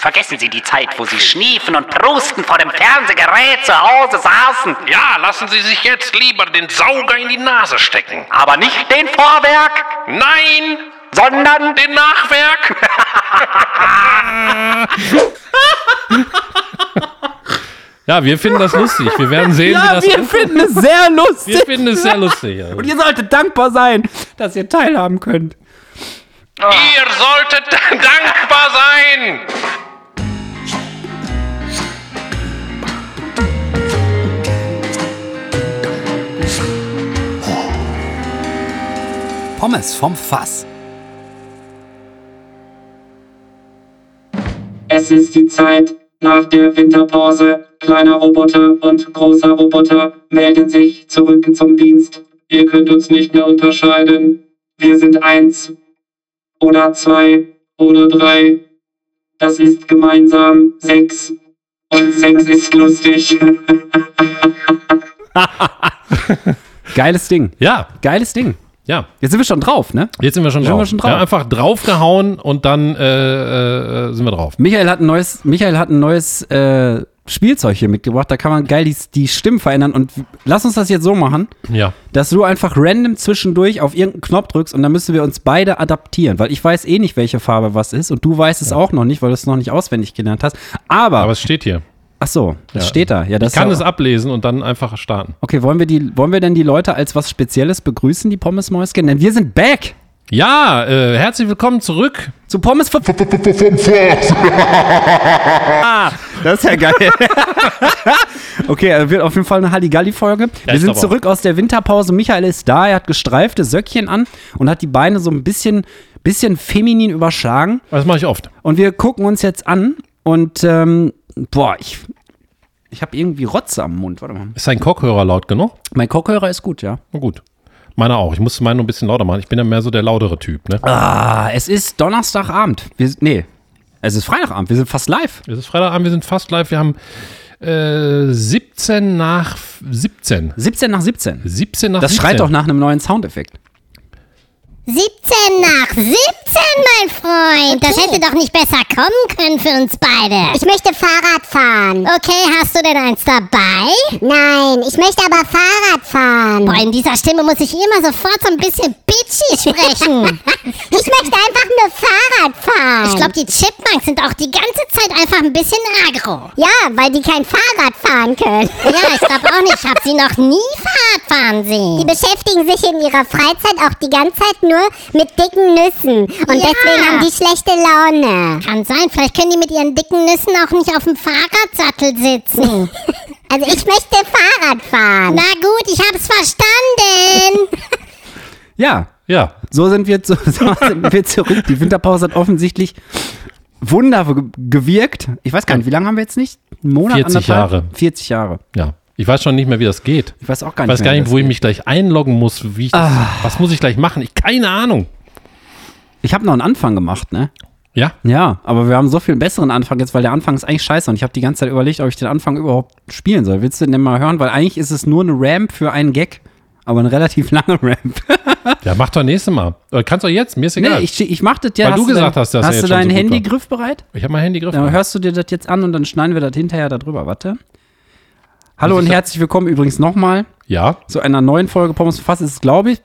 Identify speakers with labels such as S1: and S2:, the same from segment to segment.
S1: Vergessen Sie die Zeit, wo Sie schniefen und prusten vor dem Fernsehgerät zu Hause saßen.
S2: Ja, lassen Sie sich jetzt lieber den Sauger in die Nase stecken.
S1: Aber nicht den Vorwerk,
S2: Nein,
S1: sondern
S2: den Nachwerk.
S3: Ja, wir finden das lustig. Wir werden sehen, wie
S4: Ja,
S3: das
S4: wir finden es sehr lustig.
S3: Wir finden es sehr lustig. Also.
S4: Und ihr solltet dankbar sein, dass ihr teilhaben könnt. Ah.
S2: Ihr solltet dankbar sein.
S5: Pommes vom Fass.
S6: Es ist die Zeit nach der Winterpause. Kleiner Roboter und großer Roboter melden sich zurück zum Dienst. Ihr könnt uns nicht mehr unterscheiden. Wir sind eins oder zwei oder drei. Das ist gemeinsam sechs. Und sechs ist lustig.
S4: Geiles Ding.
S3: Ja,
S4: Geiles Ding.
S3: ja.
S4: Jetzt sind wir schon drauf, ne?
S3: Jetzt sind wir schon
S4: Sind
S3: drauf.
S4: wir schon drauf.
S3: Ja, einfach draufgehauen und dann äh, äh, sind wir drauf.
S4: Michael hat ein neues, Michael hat ein neues äh, Spielzeug hier mitgebracht. Da kann man geil die, die Stimmen verändern. Und w- lass uns das jetzt so machen,
S3: Ja.
S4: dass du einfach random zwischendurch auf irgendeinen Knopf drückst und dann müssen wir uns beide adaptieren. Weil ich weiß eh nicht, welche Farbe was ist. Und du weißt es auch noch nicht, weil du es noch nicht auswendig gelernt hast. Aber,
S3: Aber es steht hier.
S4: ach so, das
S3: Ja.
S4: steht da. Ja, das
S3: Ich kann
S4: ist
S3: es
S4: ja,
S3: ablesen und dann einfach starten.
S4: Okay, wollen wir, die, wollen wir denn die Leute als was Spezielles begrüßen, die Pommesmäuschen? Denn wir sind back
S3: Ja, äh, herzlich willkommen zurück.
S4: zu Pommes vom Ah, Das ist ja geil. okay, äh, wird auf jeden Fall eine Halligalli-Folge. Wir
S3: ich
S4: sind
S3: glaub auch.
S4: zurück aus der Winterpause. Michael ist da, er hat gestreifte Söckchen an und hat die Beine so ein bisschen, bisschen feminin überschlagen.
S3: Das mache ich oft.
S4: Und wir gucken uns jetzt an und, ähm, boah, ich, ich habe irgendwie Rotze am Mund. Warte mal.
S3: Ist dein Cockhörer laut genug?
S4: Mein Kopfhörer ist gut, ja.
S3: Na gut. Meiner auch. Ich muss meinen nur ein bisschen lauter machen. Ich bin ja mehr so der lautere Typ. Ne?
S4: Ah, es ist Donnerstagabend. Wir, sind- nee, es ist Freitagabend. Wir sind fast live.
S3: Es ist Freitagabend, wir sind fast live. Wir haben äh, 17 nach 17.
S4: 17 nach 17.
S3: 17 nach
S4: Das
S3: 17.
S4: schreit doch nach einem neuen Soundeffekt.
S7: 17 nach 17, mein Freund. Das hätte doch nicht besser kommen können für uns beide. Ich möchte Fahrrad fahren. Okay, hast du denn eins dabei? Nein, ich möchte aber Fahrrad fahren. Boah, in dieser Stimme muss ich immer sofort so ein bisschen bitchy sprechen. ich möchte einfach nur Fahrrad fahren. Ich glaube, die Chipmunks sind auch die ganze Zeit einfach ein bisschen agro. Ja, weil die kein Fahrrad fahren können. ja, ich glaube auch nicht. Ich habe sie noch nie Fahrrad fahren sehen. Die beschäftigen sich in ihrer Freizeit auch die ganze Zeit nur mit dicken Nüssen. Und deswegen haben die schlechte Laune. Kann sein. Vielleicht können die mit ihren dicken Nüssen auch nicht auf dem Fahrradsattel sitzen. also ich möchte Fahrrad fahren. Na gut, ich hab's verstanden.
S4: Ja,
S3: Ja.
S4: so sind wir, zu, so sind wir zurück. Die Winterpause hat offensichtlich Wunder ge- gewirkt. Ich weiß gar nicht, wie lange haben wir jetzt nicht? Einen Monat,
S3: 40
S4: anderthalb?
S3: Jahre.
S4: 40 Jahre.
S3: Ja. Ich weiß schon nicht mehr, wie das geht.
S4: Ich weiß auch gar
S3: Ich
S4: nicht,
S3: weiß gar
S4: mehr,
S3: nicht,
S4: wie
S3: wo ich
S4: das Ah.
S3: mich gleich einloggen muss. Wie ich das, was muss ich gleich machen? Ich keine Ahnung.
S4: geht. Ich habe noch einen Anfang gemacht, ne?
S3: Ja.
S4: Ja, aber wir haben so viel besseren Anfang jetzt, weil der Anfang ist eigentlich scheiße und ich habe die ganze Zeit überlegt, ob ich den Anfang überhaupt spielen soll. Willst du den denn mal hören? Weil eigentlich ist es nur eine Ramp für einen Gag, aber eine relativ lange Ramp.
S3: Ja, mach doch nächstes Mal. Oder kannst doch jetzt. Mir ist
S4: Nee,
S3: egal. ich
S4: ich, ich mach das ja.
S3: Weil du gesagt hast, dass er
S4: Hast
S3: jetzt
S4: du
S3: schon
S4: deinen
S3: so gut war.
S4: Handygriff bereit?
S3: habe mein Handy griff.
S4: Dann hörst du dir das jetzt an und dann schneiden wir das hinterher darüber. Warte.
S3: Also
S4: Hallo und herzlich willkommen übrigens nochmal
S3: Ja.
S4: zu einer neuen Folge Pommes und Fass. Es Ist glaube ich,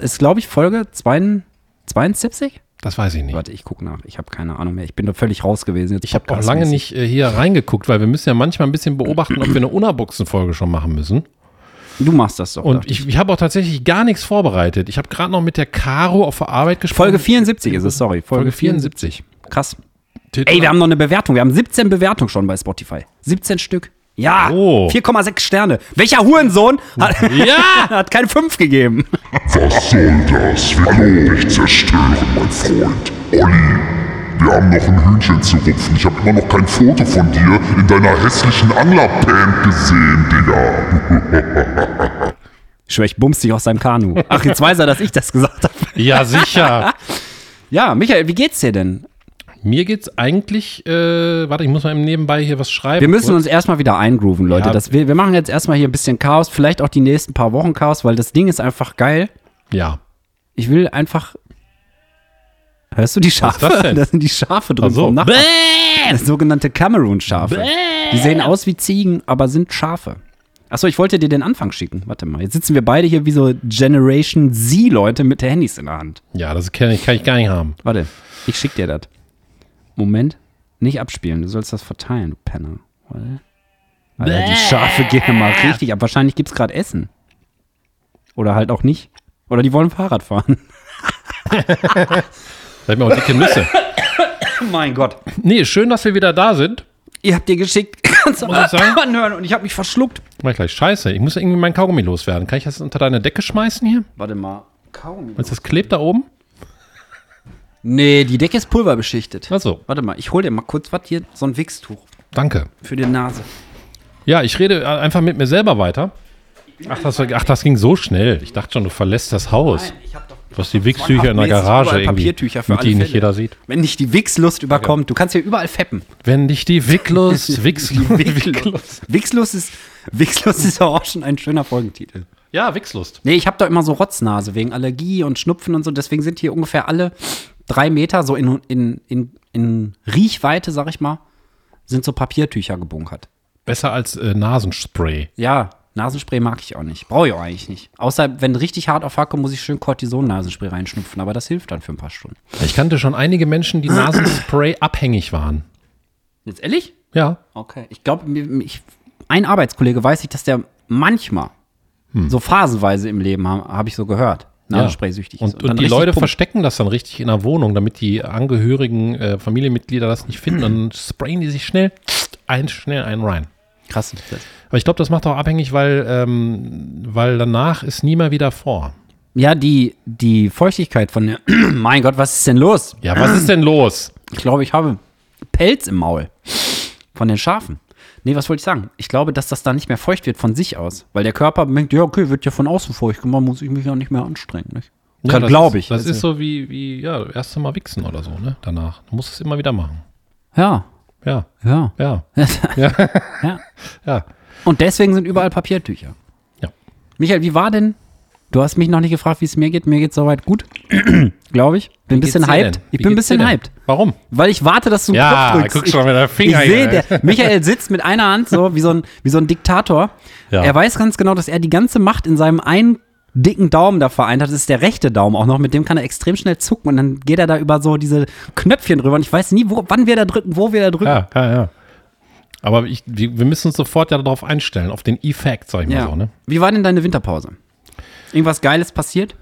S4: ist glaube ich Folge 2 72?
S3: Das weiß ich nicht.
S4: Warte, ich gucke nach. Ich habe keine Ahnung mehr. Ich bin doch völlig raus gewesen. Jetzt
S3: Ich habe auch lange nicht äh, hier reingeguckt, weil wir müssen ja manchmal ein bisschen beobachten, ob wir eine Unabuchsen-Folge schon machen müssen.
S4: Du machst das doch.
S3: Und
S4: dachte
S3: ich, ich habe auch tatsächlich gar nichts vorbereitet. Ich habe gerade noch mit der Caro auf der Arbeit gesprochen.
S4: Folge 74 ist es, sorry.
S3: Folge 74.
S4: Krass.
S3: Titel-
S4: Ey, wir haben noch eine Bewertung. Wir haben 17 Bewertungen schon bei Spotify. 17 Stück. Ja,
S3: Oh.
S4: 4,6 Sterne. Welcher Hurensohn hat,
S3: Ja!
S4: hat kein 5 gegeben?
S8: Was soll das? Wir können euch zerstören, mein Freund. Olli, wir haben noch ein Hühnchen zu rupfen. Ich habe immer noch kein Foto von dir in deiner hässlichen Anglerpant gesehen, Digga.
S4: Ich schwör, ich bumst dich aus seinem Kanu. Ach, jetzt weiß er, dass ich das gesagt habe.
S3: Ja, sicher.
S4: Ja, Michael, wie geht's dir denn?
S3: Mir geht's eigentlich. Äh, warte, ich muss mal eben nebenbei hier was schreiben.
S4: Wir müssen
S3: kurz.
S4: uns erstmal wieder eingrooven, Leute.
S3: Ja.
S4: Das, wir, wir machen jetzt erstmal hier ein bisschen Chaos, vielleicht auch die nächsten paar Wochen Chaos, weil das Ding ist einfach geil.
S3: Ja.
S4: Ich will einfach Hörst du die Schafe?
S3: das denn?
S4: sind die Schafe drüben
S3: Ach so.
S4: vom Nachbarn. Das sogenannte Kamerun-Schafe. Die sehen aus wie Ziegen, aber sind Schafe. Achso, ich wollte dir den Anfang schicken. Warte mal, jetzt sitzen wir beide hier wie so Generation Z-Leute mit den Handys in der Hand.
S3: Ja, das kann ich, kann ich gar nicht haben.
S4: Warte, ich schick dir das. Moment, nicht abspielen, du sollst das verteilen, du Penner. Warte. Alter, die Schafe gehen mal richtig ab. Wahrscheinlich gibt's gerade Essen. Oder halt auch nicht. Oder die wollen Fahrrad fahren.
S3: Da hat mir auch dicke Nüsse.
S4: mein Gott.
S3: Nee, schön, dass wir wieder da sind.
S4: Ihr habt dir geschickt, kannst du
S3: Muss ich sagen?
S4: anhören und ich habe mich verschluckt.
S3: Mach ich gleich. Scheiße, ich muss irgendwie mein Kaugummi loswerden. Kann ich das unter deine Decke schmeißen hier?
S4: Warte mal. Kaum.
S3: Meinst du, das klebt da oben?
S4: Nee, die Decke ist pulverbeschichtet.
S3: Ach so.
S4: Warte mal, ich hol dir mal kurz was hier, so ein Wichstuch
S3: Danke.
S4: für die Nase.
S3: Ja, ich rede äh, einfach mit mir selber weiter. Ach das, war- ach, das ging so schnell. Ich dachte schon, du verlässt das Haus.
S4: ich hab doch
S3: Du hast die Wichstücher in der Garage irgendwie,
S4: Papiertücher für
S3: damit
S4: alle
S3: die nicht
S4: Fälle.
S3: jeder sieht.
S4: Wenn dich die Wichslust überkommt, du kannst ja überall feppen.
S3: Wenn dich die Wicklust, Wichslust, Wicklust.
S4: Wichslust. Wichslust ist, Wichslust ist ja auch schon ein schöner Folgentitel.
S3: Ja, Wichslust.
S4: Nee, ich habe da immer so Rotznase wegen Allergie und Schnupfen und so. Deswegen sind hier ungefähr alle drei Meter so in, in, in, in Riechweite, sag ich mal, sind so Papiertücher gebunkert.
S3: Besser als äh, Nasenspray.
S4: Ja, Nasenspray mag ich auch nicht. Brauche ich auch eigentlich nicht. Außer, wenn richtig hart auf Hacke, muss ich schön Cortison-Nasenspray reinschnupfen. Aber das hilft dann für ein paar Stunden.
S3: Ich kannte schon einige Menschen, die Nasenspray abhängig waren.
S4: Jetzt ehrlich?
S3: Ja,
S4: Okay. Ich glaube, ich, ein Arbeitskollege weiß ich, dass der manchmal
S3: Hm.
S4: so phasenweise im Leben, habe hab ich so gehört, Nasenspray-süchtig ist.
S3: Und,
S4: dann
S3: und die
S4: richtig
S3: Leute
S4: pumpt.
S3: verstecken das dann richtig in der Wohnung, damit die Angehörigen, äh, Familienmitglieder das nicht finden. Dann sprayen die sich schnell, ein, schnell einen rein.
S4: Krass. ist das.
S3: Aber ich glaube, das macht auch abhängig, weil, ähm, weil danach ist nie mehr wieder vor.
S4: Ja, die, die Feuchtigkeit von der. mein Gott, was ist denn los?
S3: Ja, was ist denn los?
S4: Ich glaube, ich habe Pelz im Maul von den Schafen. Nee, was wollte ich sagen? Ich glaube, dass das da nicht mehr feucht wird von sich aus. Weil der Körper denkt, ja, okay, wird ja von außen feucht gemacht, muss ich mich ja nicht mehr anstrengen. Nicht?
S3: Ja,
S4: Kann-
S3: das
S4: glaube
S3: ist-
S4: ich. Also
S3: Das ist so wie, wie ja, das erste Mal wichsen oder so, ne? Danach. Du musst es immer wieder machen.
S4: Ja,
S3: Ja,
S4: ja.
S3: ja,
S4: ja.
S3: ja.
S4: Und deswegen sind überall Papiertücher.
S3: Ja.
S4: Michael, wie war denn? Du hast mich noch nicht gefragt, wie es mir geht. Mir geht's soweit gut. glaube ich. Bin ein bisschen
S3: Geht's dir
S4: hyped.
S3: denn?
S4: Ich
S3: Wie
S4: bin ein
S3: geht's dir
S4: bisschen
S3: denn?
S4: hyped.
S3: Warum?
S4: Weil ich warte, dass du einen
S3: Ja,
S4: Knopf drückst.
S3: guck schon mit der Finger
S4: ich seh,
S3: hier.
S4: der, Michael sitzt mit einer Hand so wie so ein, wie so ein Diktator.
S3: Ja.
S4: Er weiß ganz genau, dass er die ganze Macht in seinem einen dicken Daumen da vereint hat. Das ist der rechte Daumen auch noch. Mit dem kann er extrem schnell zucken und dann geht er da über so diese Knöpfchen drüber. Und ich weiß nie, wo, wann wir da drücken, wo wir da drücken.
S3: Ja, ja, ja. Aber ich, wir, wir müssen uns sofort ja darauf einstellen, auf den Effekt, sag ich mal so, ne?
S4: Wie war denn deine Winterpause? Irgendwas Geiles passiert?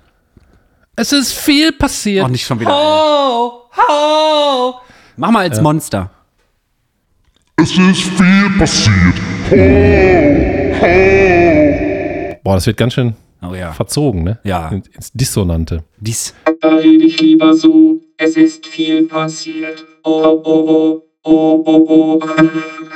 S3: Es ist viel passiert.
S4: Auch nicht schon wieder. Oh, oh. Mach mal als Monster.
S8: Es ist viel passiert.
S3: Boah, das wird ganz schön
S4: Oh ja.
S3: verzogen, ne?
S4: Ja.
S3: In- Ins Dissonante.
S4: Dies.
S6: Da rede ich lieber so, es ist viel passiert. Oh, oh, oh, oh, oh, oh.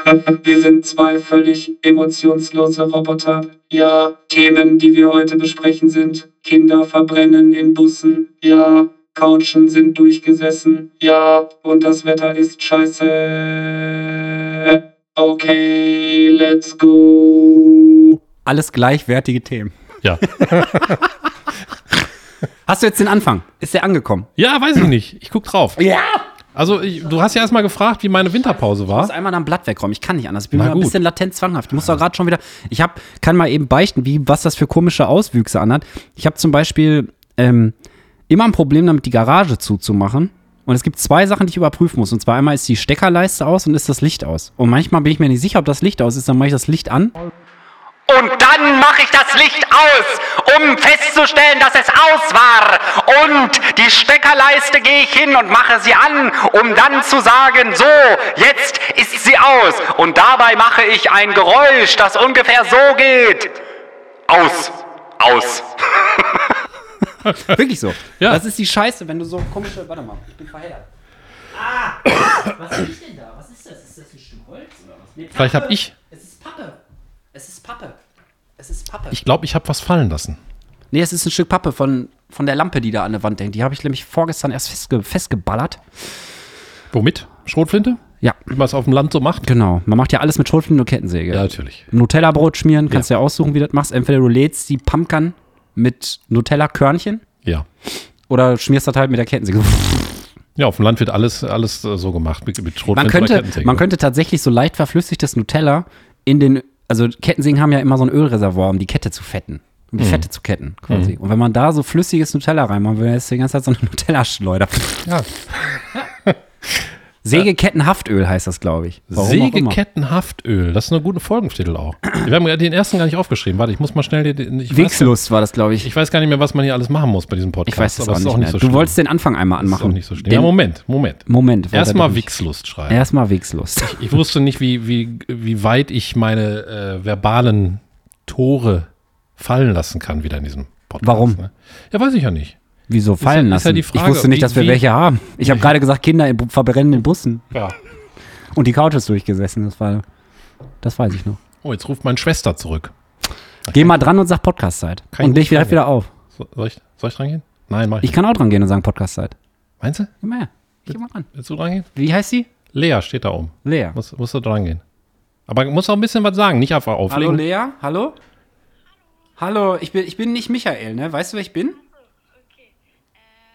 S6: Wir sind zwei völlig emotionslose Roboter. Ja, Themen, die wir heute besprechen, sind Kinder verbrennen in Bussen. Ja, Couchen sind durchgesessen. Ja, und das Wetter ist scheiße. Okay, let's go.
S4: Alles gleichwertige Themen.
S3: Ja.
S4: Hast du jetzt den Anfang? Ist der angekommen?
S3: ja, weiß ich nicht. Ich guck drauf. Ja! Also, ich, du hast ja erstmal gefragt, wie meine Winterpause
S4: muss
S3: war.
S4: einmal am Blatt wegräumen. Ich kann nicht anders. Ich bin
S3: Na
S4: mal ein
S3: gut.
S4: bisschen latent zwanghaft. Ich muss doch gerade schon wieder. Ich hab, kann mal eben beichten, wie, was das für komische Auswüchse anhat. Ich habe zum Beispiel ähm, immer ein Problem damit, die Garage zuzumachen. Und es gibt zwei Sachen, die ich überprüfen muss. Und zwar einmal ist die Steckerleiste aus und ist das Licht aus. Und manchmal bin ich mir nicht sicher, ob das Licht aus ist. Dann mache ich das Licht an.
S1: Und dann mache ich das Licht aus, um festzustellen, dass es aus war. Und die Steckerleiste gehe ich hin und mache sie an, um dann zu sagen, so, jetzt ist sie aus. Und dabei mache ich ein Geräusch, das ungefähr so geht. Aus. Aus.
S4: Wirklich so.
S3: Ja.
S4: Das ist die Scheiße, wenn du so komische. Warte mal, ich bin verheddert. Ah! Was ist denn da? Was ist das? Ist das ein Stück Holz oder was? Nee,
S3: Vielleicht habe ich,
S4: Es ist Pappe. Es ist Pappe. Es ist Pappe.
S3: ich glaube, ich habe was fallen lassen.
S4: nee, es ist ein Stück Pappe von, von der Lampe, die da an der Wand hängt. Die habe ich nämlich vorgestern erst festge festgeballert.
S3: Womit? Schrotflinte?
S4: Ja,
S3: Wie man es auf dem Land so macht?
S4: genau. Man macht ja alles mit Schrotflinte und Kettensäge.
S3: Ja, natürlich.
S4: Nutella-Brot schmieren, kannst ja. aussuchen, wie du das machst. Entweder du lädst die Pumpkin mit Nutella-Körnchen
S3: Ja.
S4: oder schmierst das halt mit der Kettensäge.
S3: Ja, auf dem Land wird alles, alles äh, so gemacht. Mit, mit
S4: Man
S3: Rotwind oder
S4: könnte,
S3: Kettensäge.
S4: man könnte tatsächlich so leicht verflüssigtes Nutella in den, also Kettensägen haben ja immer so ein Ölreservoir, um die Kette zu fetten. Um
S3: Mhm.
S4: die Fette zu ketten, quasi. Und wenn man da so flüssiges Nutella reinmachen will, dann ist die ganze Zeit so eine Nutella-Schleuder.
S3: Ja.
S4: Sägekettenhaftöl heißt das, glaube ich. Warum auch immer.
S3: Sägekettenhaftöl. Das ist eine gute Folgentitel auch. Wir haben den ersten gar nicht aufgeschrieben. Warte, ich muss mal schnell den. Ich weiß,
S4: Wichslust war das, glaube ich.
S3: ich weiß gar nicht mehr, was man hier alles machen muss bei diesem Podcast.
S4: Ich weiß das
S3: aber
S4: auch
S3: es
S4: nicht,
S3: ist
S4: mehr.
S3: so
S4: du
S3: schlimm.
S4: wolltest den Anfang einmal anmachen.
S3: Ist auch nicht so schlimm.
S4: Den-
S3: Ja, Moment, Moment.
S4: Moment. weiter
S3: Erstmal
S4: durch.
S3: Wichslust schreiben.
S4: Erstmal Wichslust.
S3: Ich wusste nicht, wie, wie, wie weit ich meine äh, verbalen Tore fallen lassen kann, wieder in diesem Podcast.
S4: Warum?
S3: Ne? Ja, weiß ich ja nicht.
S4: Wieso fallen
S3: ja- ist
S4: lassen?
S3: ja die Frage,
S4: ich wusste nicht,
S3: wie-
S4: dass wir
S3: wie-
S4: welche haben. Ich habe gerade gesagt, Kinder in bu- verbrennenden Bussen.
S3: Ja.
S4: Und die Couch ist durchgesessen. Das war, das weiß ich noch.
S3: Oh, jetzt ruft meine Schwester zurück.
S4: Geh mal dran und sag Podcast-Zeit.
S3: Kein
S4: Und leg direkt
S3: Problem.
S4: wieder auf.
S3: So, soll ich, soll ich drangehen? Nein, mach ich,
S4: Ich kann auch dran gehen und sagen Podcast-Zeit.
S3: nicht. Meinst du?
S4: Immer her. Ich geh mal dran.
S3: Willst du drangehen?
S4: Wie heißt sie?
S3: Lea steht da oben.
S4: Lea.
S3: Muss, musst du drangehen. Aber muss auch ein bisschen was sagen, nicht einfach auflegen.
S4: Hallo Lea, hallo? Hallo, ich bin, ich bin nicht Michael, ne? Weißt du, wer ich bin?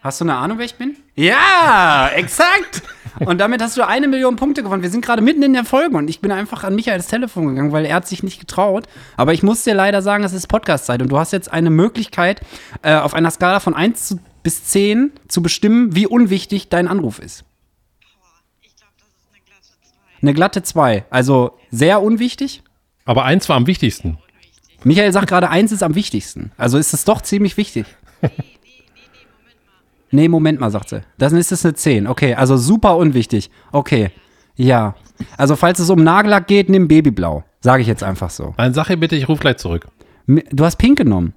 S4: Hast du eine Ahnung, wer ich bin? Ja, exakt! Und damit hast du eine Million Punkte gewonnen. Wir sind gerade mitten in der Folge und ich bin einfach an Michaels Telefon gegangen, weil er hat sich nicht getraut. Aber ich muss dir leider sagen, es ist Podcast-Zeit und du hast jetzt eine Möglichkeit, äh, auf einer Skala von 1 zu, bis 10 zu bestimmen, wie unwichtig dein Anruf ist. Eine glatte 2. Also sehr unwichtig?
S3: Aber eins war am wichtigsten.
S4: Michael sagt gerade, eins ist am wichtigsten. Also ist es doch ziemlich wichtig. Nee, Moment mal, sagt sie. Dann ist es eine 10. Okay, also super unwichtig. Okay, ja. Also falls es um Nagellack geht, nimm Babyblau. Sage ich jetzt einfach so.
S3: Nein, sag ihr bitte, ich rufe gleich zurück.
S4: Mi- Du hast pink genommen.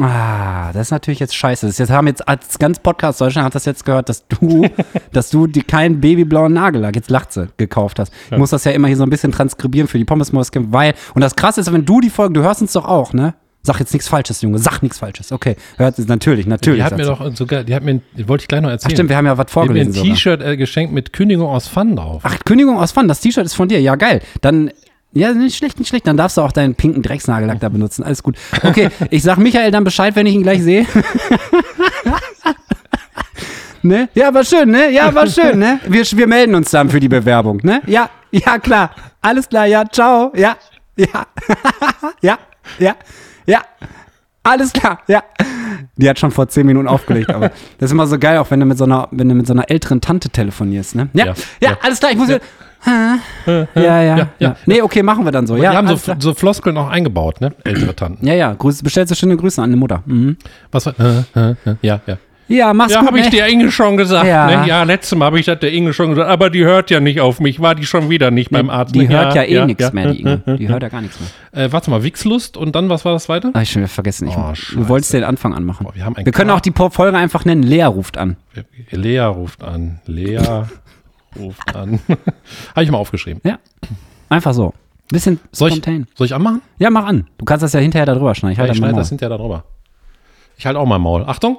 S4: Ah, das ist natürlich jetzt scheiße. Das jetzt haben jetzt als ganz Podcast Deutschland hat das jetzt gehört, dass du, dass du dir keinen babyblauen Nagellack, jetzt lacht sie, gekauft hast. Ich muss das ja immer hier so ein bisschen transkribieren für die Pommes Moske, weil und das krasse ist, wenn du die Folgen, du hörst uns doch auch, ne? Sag jetzt nichts falsches, Junge, sag nichts falsches. Okay, hört es natürlich, natürlich.
S3: Die hat mir
S4: sagt sie.
S3: doch sogar, die hat mir, die wollte ich gleich noch erzählen.
S4: Ach stimmt, wir haben ja was
S3: Die hat mir ein
S4: vorgelesen sogar.
S3: T-Shirt äh, geschenkt mit Kündigung aus Pfann drauf.
S4: Ach, Kündigung aus Pfann, das T-Shirt ist von dir. Ja, geil. Dann, ja, nicht schlecht, nicht schlecht. Dann darfst du auch deinen pinken Drecksnagellack da benutzen. Alles gut. Okay, ich sag Michael dann Bescheid, wenn ich ihn gleich sehe. ne? Ja, war schön, ne? Ja, war schön, ne? Wir, wir melden uns dann für die Bewerbung, ne? Ja, ja, klar. Alles klar, ja, ciao. Ja, ja, ja, ja, ja. Alles klar, ja. Die hat schon vor zehn Minuten aufgelegt, aber das ist immer so geil, auch wenn du mit so einer, wenn du mit so einer älteren Tante telefonierst, ne? Ja, ja,
S3: Ja, ja.
S4: alles klar, ich muss. Ja. Ja, ja, ja,
S3: ja.
S4: Nee, okay, machen wir dann so. Ja,
S3: die haben
S4: alles
S3: so,
S4: klar.
S3: so Floskeln auch eingebaut, ne? Ältere Tanten.
S4: ja, ja, Grüße, bestellst du schöne Grüße an die Mutter. Mhm.
S3: Was war, äh, äh, äh, ja, ja.
S4: Ja, mach's
S3: Ja,
S4: gut.
S3: habe ich
S4: ne?
S3: der Inge schon gesagt.
S4: Ja.
S3: Ja, ne? ja letztes Mal habe ich das der Inge schon gesagt, aber die hört ja nicht auf mich. War die schon wieder nicht beim Arzt?
S4: Die
S3: ne?
S4: hört ja eh nichts mehr, die Inge. Die hört ja gar nichts mehr.
S3: Äh, warte mal, Wichslust und dann, was war das weiter?
S4: Hab ich schon wieder vergessen. Ich,
S3: Oh,
S4: du
S3: Scheiße.
S4: wolltest den Anfang anmachen.
S3: wir haben einen
S4: wir können
S3: Klar-
S4: auch die Po- Folge einfach nennen. Lea ruft an.
S3: Lea ruft an. Lea ruft an. habe ich mal aufgeschrieben.
S4: Ja. Einfach so. Bisschen
S3: Soll ich,
S4: spontan.
S3: soll ich anmachen?
S4: Ja, mach an. Du kannst das ja hinterher da drüber schneiden. Ich
S3: Ja,
S4: halte
S3: ich
S4: ja,
S3: schneide
S4: mal.
S3: das hinterher da drüber. Ich halte auch mein Maul. Achtung!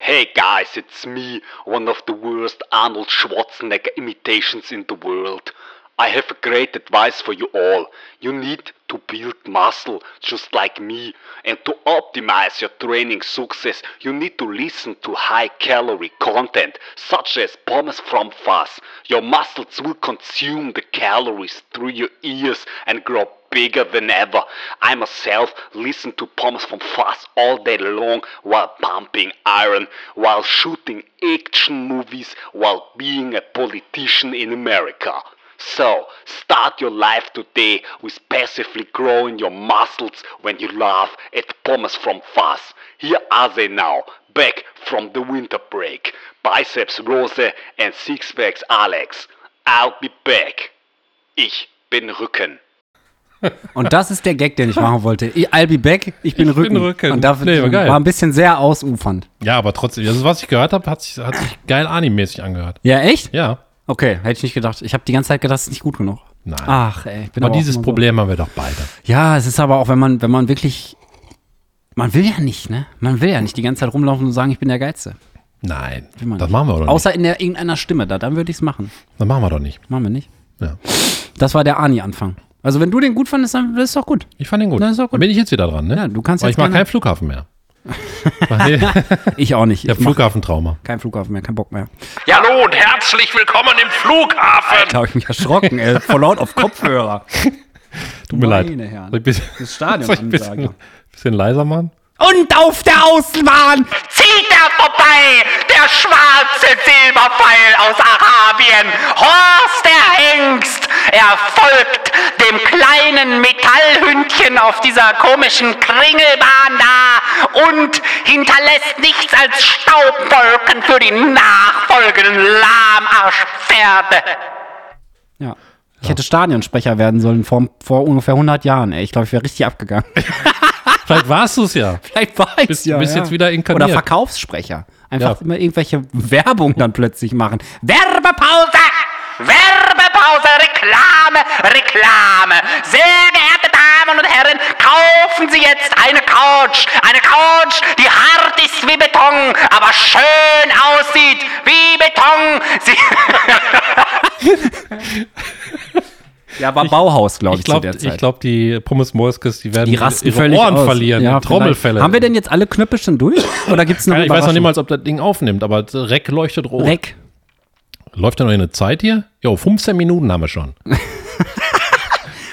S5: Hey guys, it's me, one of the worst Arnold Schwarzenegger imitations in the world. I have a great advice for you all. You need to build muscle just like me. And to optimize your training success, you need to listen to high calorie content, such as pommes from fuzz. Your muscles will consume the calories through your ears and grow bigger than ever. I myself listen to Pommes from Fuzz all day long while pumping iron, while shooting action movies, while being a politician in America. So, start your life today with passively growing your muscles when you laugh at Pommes from Fuzz. Here are they now, back from the winter break. Biceps Rose and six packs Alex. I'll be back. Ich bin Rücken.
S4: Und das ist der Gag, den ich machen wollte. I- I'll be back, ich
S3: Ich bin
S4: bin Rücken.
S3: Rücken.
S4: Und dafür
S3: Nee, war geil.
S4: war ein bisschen sehr ausufernd.
S3: Ja, aber trotzdem, also was ich gehört habe, hat sich, hat sich geil animemäßig angehört.
S4: Ja, echt?
S3: Ja.
S4: Okay, hätte ich nicht gedacht. Ich habe die ganze Zeit gedacht, es ist nicht gut genug.
S3: Nein.
S4: Ach, ey, ich bin
S3: aber
S4: Genau, auch
S3: dieses
S4: immer so-
S3: Problem haben wir doch beide.
S4: Ja, es ist aber auch, wenn man, wenn man wirklich. Man will ja nicht, ne? Man will ja nicht die ganze Zeit rumlaufen und sagen, ich bin der Geilste.
S3: Nein.
S4: man
S3: Das
S4: nicht.
S3: machen wir doch
S4: Außer in der, irgendeiner Stimme, da, dann würde ich es machen.
S3: nicht. Das machen wir doch nicht.
S4: Machen wir nicht.
S3: Ja.
S4: Das war der Ani-Anfang. Also, wenn du den gut fandest, dann ist doch gut.
S3: Ich fand den gut.
S4: Na, ist auch gut.
S3: Dann bin ich jetzt wieder dran, ne?
S4: Ja, du kannst
S3: Aber
S4: jetzt
S3: ich mag
S4: gerne-
S3: keinen Flughafen mehr. Nee,
S4: Ich auch nicht.
S3: der
S4: Ich mach
S3: Flughafentrauma.
S4: keinen Flughafen mehr, kein Bock mehr.
S2: Hallo und herzlich willkommen im Flughafen.
S4: Da habe ich mich erschrocken, ey. Voll laut auf Kopfhörer.
S3: Tut mir leid.
S4: Meine Herren.
S3: Soll ich bisschen-
S4: Das Stadion
S3: soll ich ein bisschen,
S4: ansagen.
S3: bisschen leiser machen?
S4: Und auf der Außenbahn!
S1: Zieht er vorbei, der schwarze Silberpfeil aus Arabien. Horst der Hengst, er folgt dem kleinen Metallhündchen auf dieser komischen Kringelbahn da und hinterlässt nichts als Staubwolken für die nachfolgenden Lahmarschpferde.
S4: Ja. Ich hätte Stadionsprecher werden sollen vor, vor ungefähr 100 Jahren, ey. Ich glaube, ich wäre richtig abgegangen.
S3: Vielleicht warst du es ja.
S4: Vielleicht war ich
S3: Bist- bist jetzt wieder inkarniert.
S4: Oder Verkaufssprecher. Einfach
S3: Ja.
S4: immer irgendwelche Werbung dann plötzlich machen. Werbepause!
S1: Werbepause, Reklame, Reklame. Sehr geehrte Damen und Herren, kaufen Sie jetzt eine Couch. Eine Couch, die hart ist wie Beton, aber schön aussieht wie Beton. Sie
S4: Ja, war Bauhaus, glaube ich,
S3: Ich glaube,
S4: zu der Zeit.
S3: glaub, die Pommes Molskes, die werden
S4: die rasten
S3: ihre
S4: völlig
S3: Ohren
S4: aus.
S3: verlieren,
S4: Ja, vielleicht.
S3: Trommelfälle.
S4: Haben wir denn jetzt alle Knöpfe schon durch? Oder gibt es noch
S3: Keine- ich weiß noch
S4: Überraschungen?
S3: niemals, ob das Ding aufnimmt, aber Reck leuchtet rot.
S4: Dreck.
S3: Läuft da noch eine Zeit hier? Jo, 15 Minuten haben wir schon.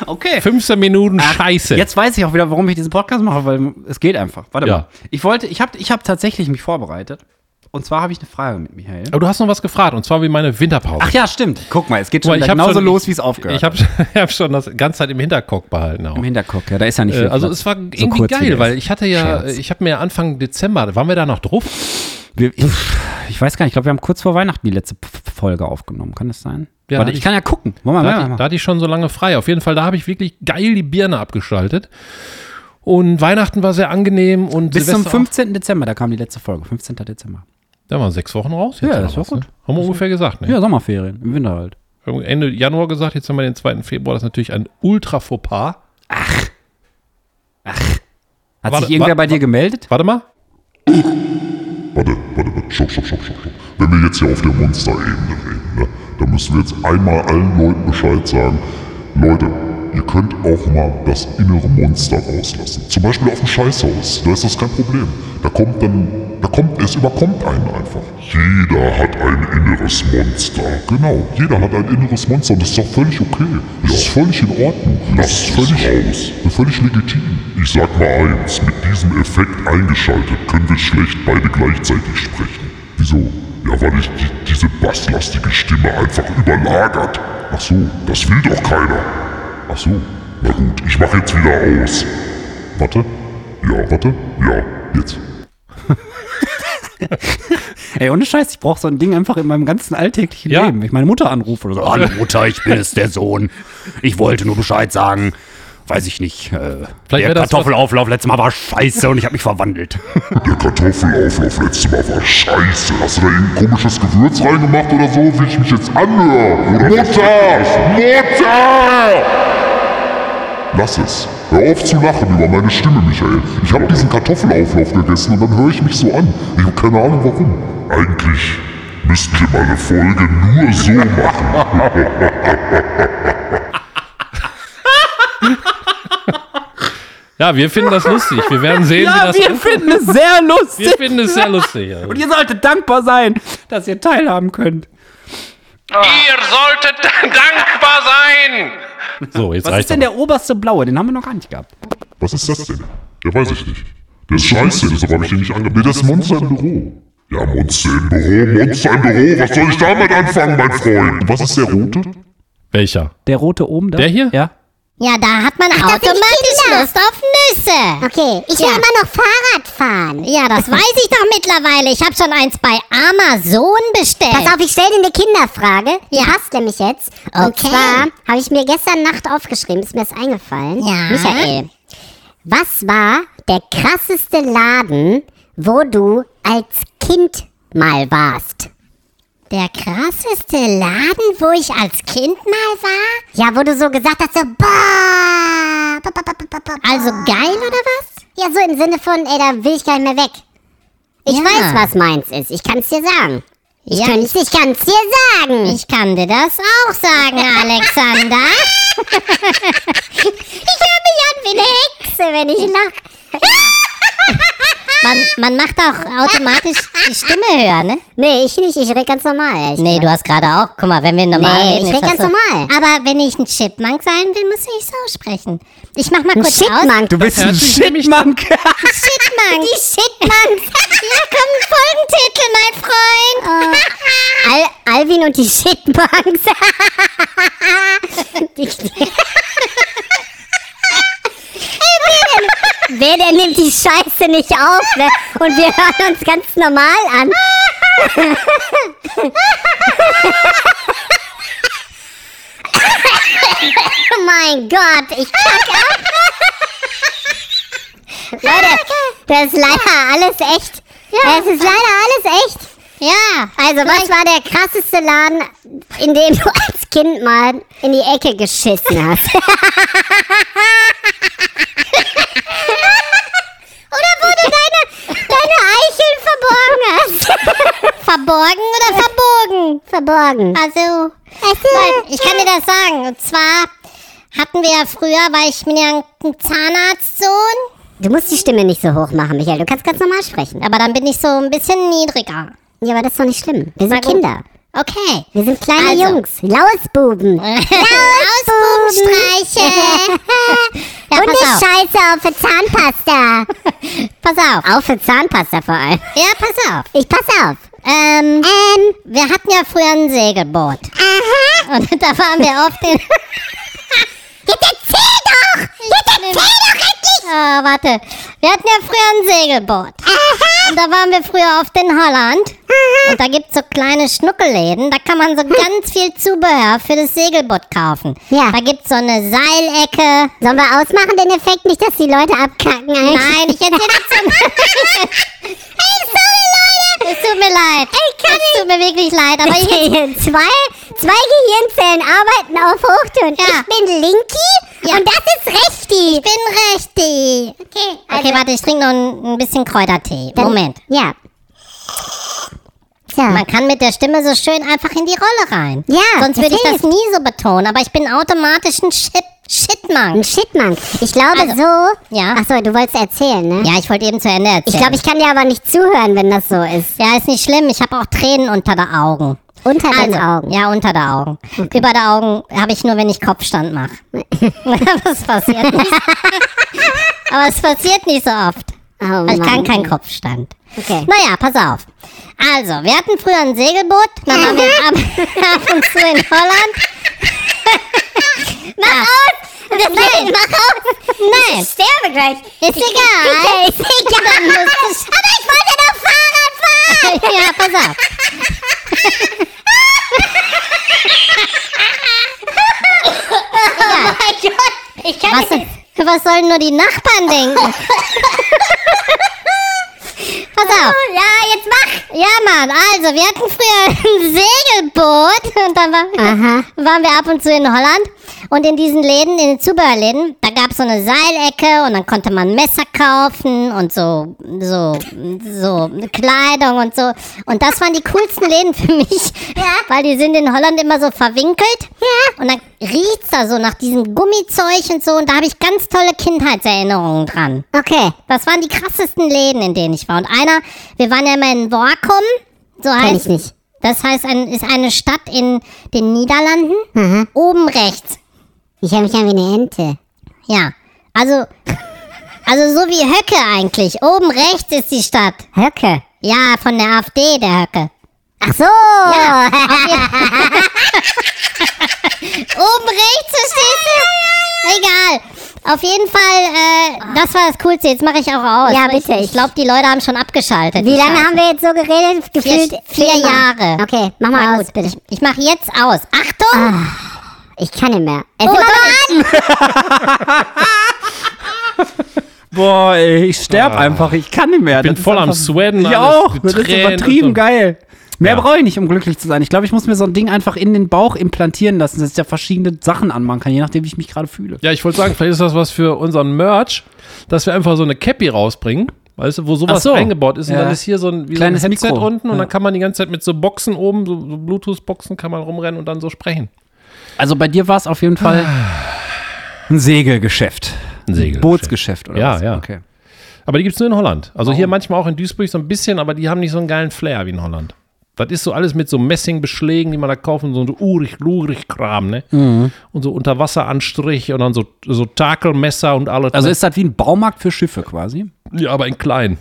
S4: Okay.
S3: 15 Minuten Scheiße.
S4: Jetzt weiß ich auch wieder, warum ich diesen Podcast mache, weil es geht einfach. Warte
S3: Ja.
S4: mal. Ich wollte, ich habe ich hab tatsächlich mich vorbereitet. Und zwar habe ich eine Frage mit Michael.
S3: Aber du hast noch was gefragt, und zwar wie meine Winterpause.
S4: Ach ja, stimmt. Guck mal, es geht
S3: Guck
S4: schon
S3: mal,
S4: wieder
S3: hab
S4: genauso
S3: schon-
S4: los, wie es aufgehört.
S3: Ich habe hab schon das ganze Zeit im Hinterkopf behalten auch.
S4: Im Hinterkopf, ja, da ist ja nicht
S3: Äh,
S4: viel.
S3: also
S4: Platz.
S3: es war
S4: So
S3: irgendwie
S4: kurz wie
S3: geil,
S4: der
S3: weil
S4: ist.
S3: ich hatte ja,
S4: Scherz.
S3: ich habe mir Anfang Dezember, waren wir da noch drauf?
S4: Wir, ich weiß gar nicht, ich glaube, wir haben kurz vor Weihnachten die letzte P- P- Folge aufgenommen. Kann das sein?
S3: Ja,
S4: Warte,
S3: da
S4: ich
S3: ich-
S4: kann Ah, ja gucken. Wollen
S3: Da,
S4: wir
S3: hatte ich-
S4: mal.
S3: da hatte ich schon so lange frei. Auf jeden Fall, da habe ich wirklich geil die Birne abgeschaltet. Und Weihnachten war sehr angenehm und
S4: Bis zum
S3: Silvester auch.
S4: 15. Dezember, da kam die letzte Folge. 15. Dezember.
S3: Da waren sechs Wochen raus.
S4: Ja,
S3: oder
S4: das war
S3: was,
S4: gut.
S3: Ne? Haben wir ungefähr gesagt. Ne?
S4: Ja, Sommerferien, im Winter halt.
S3: Ende Januar gesagt, jetzt haben wir den 2. Februar. Das ist natürlich ein ultra Fauxpas.
S4: Hat
S3: Warte,
S4: sich irgendwer
S3: warte,
S4: bei dir gemeldet?
S3: Warte mal.
S8: Warte, warte, warte, stopp, stopp, stopp, stopp, stopp. Wenn wir jetzt hier auf der Monsterebene reden, ne, dann müssen wir jetzt einmal allen Leuten Bescheid sagen, Leute, ihr könnt auch mal das innere Monster rauslassen. Zum Beispiel auf dem Scheißhaus, da ist das kein Problem. Da kommt dann, da kommt, es überkommt einen einfach. Jeder hat ein inneres Monster. Genau, jeder hat ein inneres Monster und das ist doch völlig okay. Das ist völlig in Ordnung. Das ist völlig raus. Völlig legitim. Ich sag mal eins, mit diesem Effekt eingeschaltet können wir schlecht beide gleichzeitig sprechen. Wieso? Ja, weil ich die, diese basslastige Stimme einfach überlagert. Ach so, das will doch keiner. Ach so, na gut, ich mach jetzt wieder aus. Warte. Ja, warte. Ja, jetzt.
S4: Ey, ohne Scheiß, ich brauche so ein Ding einfach in meinem ganzen alltäglichen
S3: Ja.
S4: Leben. Wenn ich meine Mutter anrufe oder so. Oh,
S9: Hallo Mutter, ich bin es, der Sohn. Ich wollte nur Bescheid sagen. Weiß ich nicht. Äh,
S3: wär
S9: der
S3: das was-
S9: Kartoffelauflauf letztes Mal war scheiße und ich habe mich verwandelt.
S8: Der Kartoffelauflauf letztes Mal war scheiße. Hast du da irgendein komisches Gewürz reingemacht oder so, wie ich mich jetzt anhöre? Oder Mutter! Mutter! Lass es. Hör auf zu lachen über meine Stimme, Michael. Ich habe diesen Kartoffelauflauf gegessen und dann höre ich mich so an. Ich habe keine Ahnung warum. Eigentlich müssten wir mal eine Folge nur so machen.
S3: Ja, wir finden das lustig. Wir werden sehen, wie das ist.
S4: Ah, finden es sehr lustig.
S3: Wir finden es sehr lustig. Also.
S4: Und ihr solltet dankbar sein, dass ihr teilhaben könnt.
S2: Ah. Ihr solltet dankbar sein.
S3: So, jetzt
S4: Was ist
S3: reicht's.
S4: denn der oberste blaue? Den haben wir noch gar nicht gehabt.
S8: Was ist das denn? Ja, weiß ich nicht. Der ist scheiße, deshalb habe ich den nicht angemeldet. Nee, das ist Monster im Büro. Ja, Monster im Büro, Monster im Büro. Was soll ich damit anfangen, mein Freund? Was ist der rote?
S3: Welcher?
S4: Der rote oben da?
S3: Der hier?
S4: Ja.
S7: Ja, da hat man automatisch Lust auf Nüsse.
S10: Okay, ich will
S7: Ja.
S10: immer noch Fahrrad fahren.
S7: Ja, das weiß ich doch mittlerweile. Ich habe schon eins bei Amazon bestellt.
S10: Pass auf, ich stelle dir eine Kinderfrage. Die
S7: Ja.
S10: passt nämlich jetzt. Und
S7: Okay.
S10: zwar habe ich mir gestern Nacht aufgeschrieben, ist mir das eingefallen.
S7: Ja.
S10: Michael, was war der krasseste Laden, wo du als Kind mal warst?
S7: Der krasseste Laden, wo ich als Kind mal war?
S10: Ja, wo du so gesagt hast, so bah, ba, ba, ba, ba, ba, ba.
S7: Also geil oder was?
S10: Ja, so im Sinne von, ey, da will ich gar nicht mehr weg. Ich
S7: Ja.
S10: weiß, was meins ist. Ich kann es dir sagen. Ich
S7: Ja,
S10: kann's- ich kann es dir sagen.
S7: Ich kann dir das auch sagen, Alexander. ne
S10: Ich höre mich an wie eine Hexe, wenn ich lache.
S7: Man, man macht auch automatisch die Stimme höher, ne?
S10: Nee, ich nicht. Ich rede ganz normal. Ich
S7: Nee, du hast gerade auch. Guck mal, wenn wir normal
S10: Nee,
S7: reden.
S10: ich
S7: ist
S10: rede
S7: das
S10: ganz normal.
S7: Aber wenn ich ein Chipmunk sein will, muss ich so sprechen. Ich mach mal
S10: Ein
S7: kurz aus.
S10: Chipmunk.
S4: Du bist ein Shitmunk.
S7: Chipmunk. Die Chipmunks. ja, komm, Folgentitel, mein Freund.
S10: Ah. Al Alvin und die Shitpunks. die, wer, denn, wer denn nimmt die Scheiße nicht auf? Ne? Und wir hören uns ganz normal an. oh mein Gott, ich kacke ab. Leute, das ist leider alles echt. Ja. Es ist leider alles echt.
S7: Ja.
S10: Also, was war der krasseste Laden, in dem du als Kind mal in die Ecke geschissen hast? Oder wo du deine, deine Eicheln verborgen hast?
S7: Verborgen oder verbogen?
S10: verborgen.
S7: Also, Nein, ich kann dir das sagen. Und zwar hatten wir ja früher, weil ich bin ja ein Zahnarztsohn,
S10: Du musst die Stimme nicht so hoch machen, Michael. Du kannst ganz normal sprechen.
S7: aber dann bin ich so ein bisschen niedriger.
S10: Ja, aber das ist doch nicht schlimm. Wir sind
S7: gut.
S10: Kinder.
S7: Okay.
S10: Wir sind kleine
S7: Also.
S10: Jungs. Lausbuben.
S7: Ausbubenstreiche. ja,
S10: Und die
S7: pass auf.
S10: Scheiße auf die Zahnpasta.
S7: Pass auf.
S10: auf die Zahnpasta vor allem.
S7: Ja, pass auf.
S10: Ich pass auf.
S7: Ähm,
S10: Ähm,
S7: wir hatten ja früher ein Segelboot. Aha. Und da waren wir oft in...
S10: jetzt erzähl doch! Jetzt erzähl doch endlich!
S7: Ah, warte. Wir hatten ja früher ein Segelboot. Und da waren wir früher oft in Holland.
S10: Mhm.
S7: Und da gibt's so kleine Schnuckelläden. Da kann man so ganz viel Zubehör für das Segelboot kaufen.
S10: Hm. Ja.
S7: Da gibt's so eine Seilecke.
S10: Sollen wir ausmachen den Effekt nicht, dass die Leute abkacken? Alter?
S7: Nein, ich erzähle das nicht. Hey, sorry, Leute. Es tut mir leid. Ich kann es tut mir wirklich leid. Aber ich,
S10: zwei, zwei Gehirnzellen arbeiten auf Hochtouren.
S7: Ja.
S10: Ich bin Linky
S7: Ja.
S10: und das ist Rechti. Ich bin Rechti. Okay, also,
S7: okay, warte, ich trinke noch ein, ein bisschen Kräutertee.
S10: dann-
S7: Moment.
S10: Ja. So.
S7: Man kann mit der Stimme so schön einfach in die Rolle rein.
S10: Ja,
S7: Sonst
S10: das
S7: würde ich das
S10: hilft.
S7: nie so betonen, aber ich bin automatisch ein Shit Shitmann.
S10: Ein Shitmann. Ich glaube
S7: Also,
S10: so.
S7: ja.
S10: Achso, du wolltest erzählen, ne?
S7: Ja, ich wollte eben zu Ende
S10: Ich
S7: erzählen.
S10: glaube, ich kann dir aber nicht zuhören, wenn das so ist.
S7: ja, ist nicht schlimm. Ich habe auch Tränen unter den Augen.
S10: Unter den
S7: Also,
S10: Augen.
S7: Ja, unter den Augen. Über den Augen habe ich nur, wenn ich Kopfstand mache. das passiert nicht. Aber es passiert nicht so oft.
S10: Oh,
S7: Weil ich kann
S10: Mann.
S7: keinen Kopfstand.
S10: Okay.
S7: Naja, pass auf. Also, wir hatten früher ein Segelboot, dann waren wir ab, ab und zu in Holland. mach aus! Nein, mach aus! Nein!
S10: sterbe gleich.
S7: Ist egal. Ist egal. Aber ich wollte doch Fahrrad fahren. ja, pass auf. Oh
S10: Ich kann
S7: Was, was sollen nur die Nachbarn denken? pass auf.
S10: Ja, jetzt mach.
S7: Ja, Mann, also, wir hatten früher ein Segelboot und dann war, waren wir ab und zu in Holland und in diesen Läden, in den Zubehörläden, da gab's so eine Seilecke und dann konnte man Messer kaufen und so, so, so Kleidung und so. Und das waren die coolsten Läden für mich, weil die sind in Holland immer so verwinkelt und dann riecht's da so nach diesem Gummizeug und so und da habe ich ganz tolle Kindheitserinnerungen dran.
S10: Okay.
S7: Das waren die krassesten Läden, in denen ich war. Und einer, wir waren ja immer in Workum. So heißt
S10: ich nicht.
S7: Das heißt, ein, ist eine Stadt in den Niederlanden. Oben rechts.
S10: Mhm. Ich habe mich an wie eine Ente.
S7: Ja. Also, also so wie Höcke eigentlich. Oben rechts ist die Stadt.
S10: Höcke.
S7: Ja, von der AfD, der Höcke.
S10: Ach so.
S7: Oben rechts, verstehst du? Egal. Auf jeden Fall, äh, das war das Coolste. Jetzt mache ich auch aus.
S10: Ah. Ja, bitte.
S7: Ich glaube, die Leute haben schon abgeschaltet.
S10: Wie
S7: Die
S10: lange
S7: Scheiße.
S10: haben wir jetzt so geredet?
S7: Vier,
S10: Gefühlt
S7: vier
S10: zehnmal.
S7: Jahre.
S10: Okay, mach
S7: Na
S10: mal
S7: gut,
S10: aus, bitte.
S7: Ich, ich mache jetzt aus. Achtung!
S10: Ich kann nicht mehr.
S7: Oh,
S10: Erzähl mal
S7: doch,
S4: Boah, ey, ich sterb einfach. Ich kann nicht mehr.
S3: Ah. bin
S4: Das ist
S3: voll am
S4: einfach-
S3: Sweaten,
S4: Ich
S3: alles
S4: auch. Das ist
S3: getränt und
S4: übertrieben
S3: so.
S4: geil. Mehr brauche ich nicht, um glücklich zu sein. Ich glaube, ich muss mir so ein Ding einfach in den Bauch implantieren lassen, dass ich da verschiedene Sachen anmachen kann, je nachdem, wie ich mich gerade fühle.
S3: Ja, ich wollte sagen, vielleicht ist das was für unseren Merch, dass wir einfach so eine Cappy rausbringen. Weißt du, wo sowas
S4: Ach so.
S3: eingebaut ist und
S4: Ja.
S3: dann ist hier so ein, wie
S4: Kleines
S3: so ein Headset
S4: Mikro.
S3: unten und
S4: Ja.
S3: dann kann man die ganze Zeit mit so Boxen oben, so, so Bluetooth-Boxen, kann man rumrennen und dann so sprechen.
S4: Also bei dir war es auf jeden Fall ein Segelgeschäft.
S3: Ein Segel.
S4: Bootsgeschäft oder
S3: Ja,
S4: was?
S3: ja.
S4: Okay.
S3: Aber die gibt es nur in Holland. Also hier manchmal auch in Duisburg so ein bisschen, aber die haben nicht so einen geilen Flair wie in Holland. Das ist so alles mit so Messingbeschlägen, die man da kauft und so ein urig, lurig Kram, ne? Und so Unterwasseranstrich und dann so, so Takelmesser und alles.
S4: Also ist das wie ein Baumarkt für Schiffe quasi?
S3: ja, aber in klein.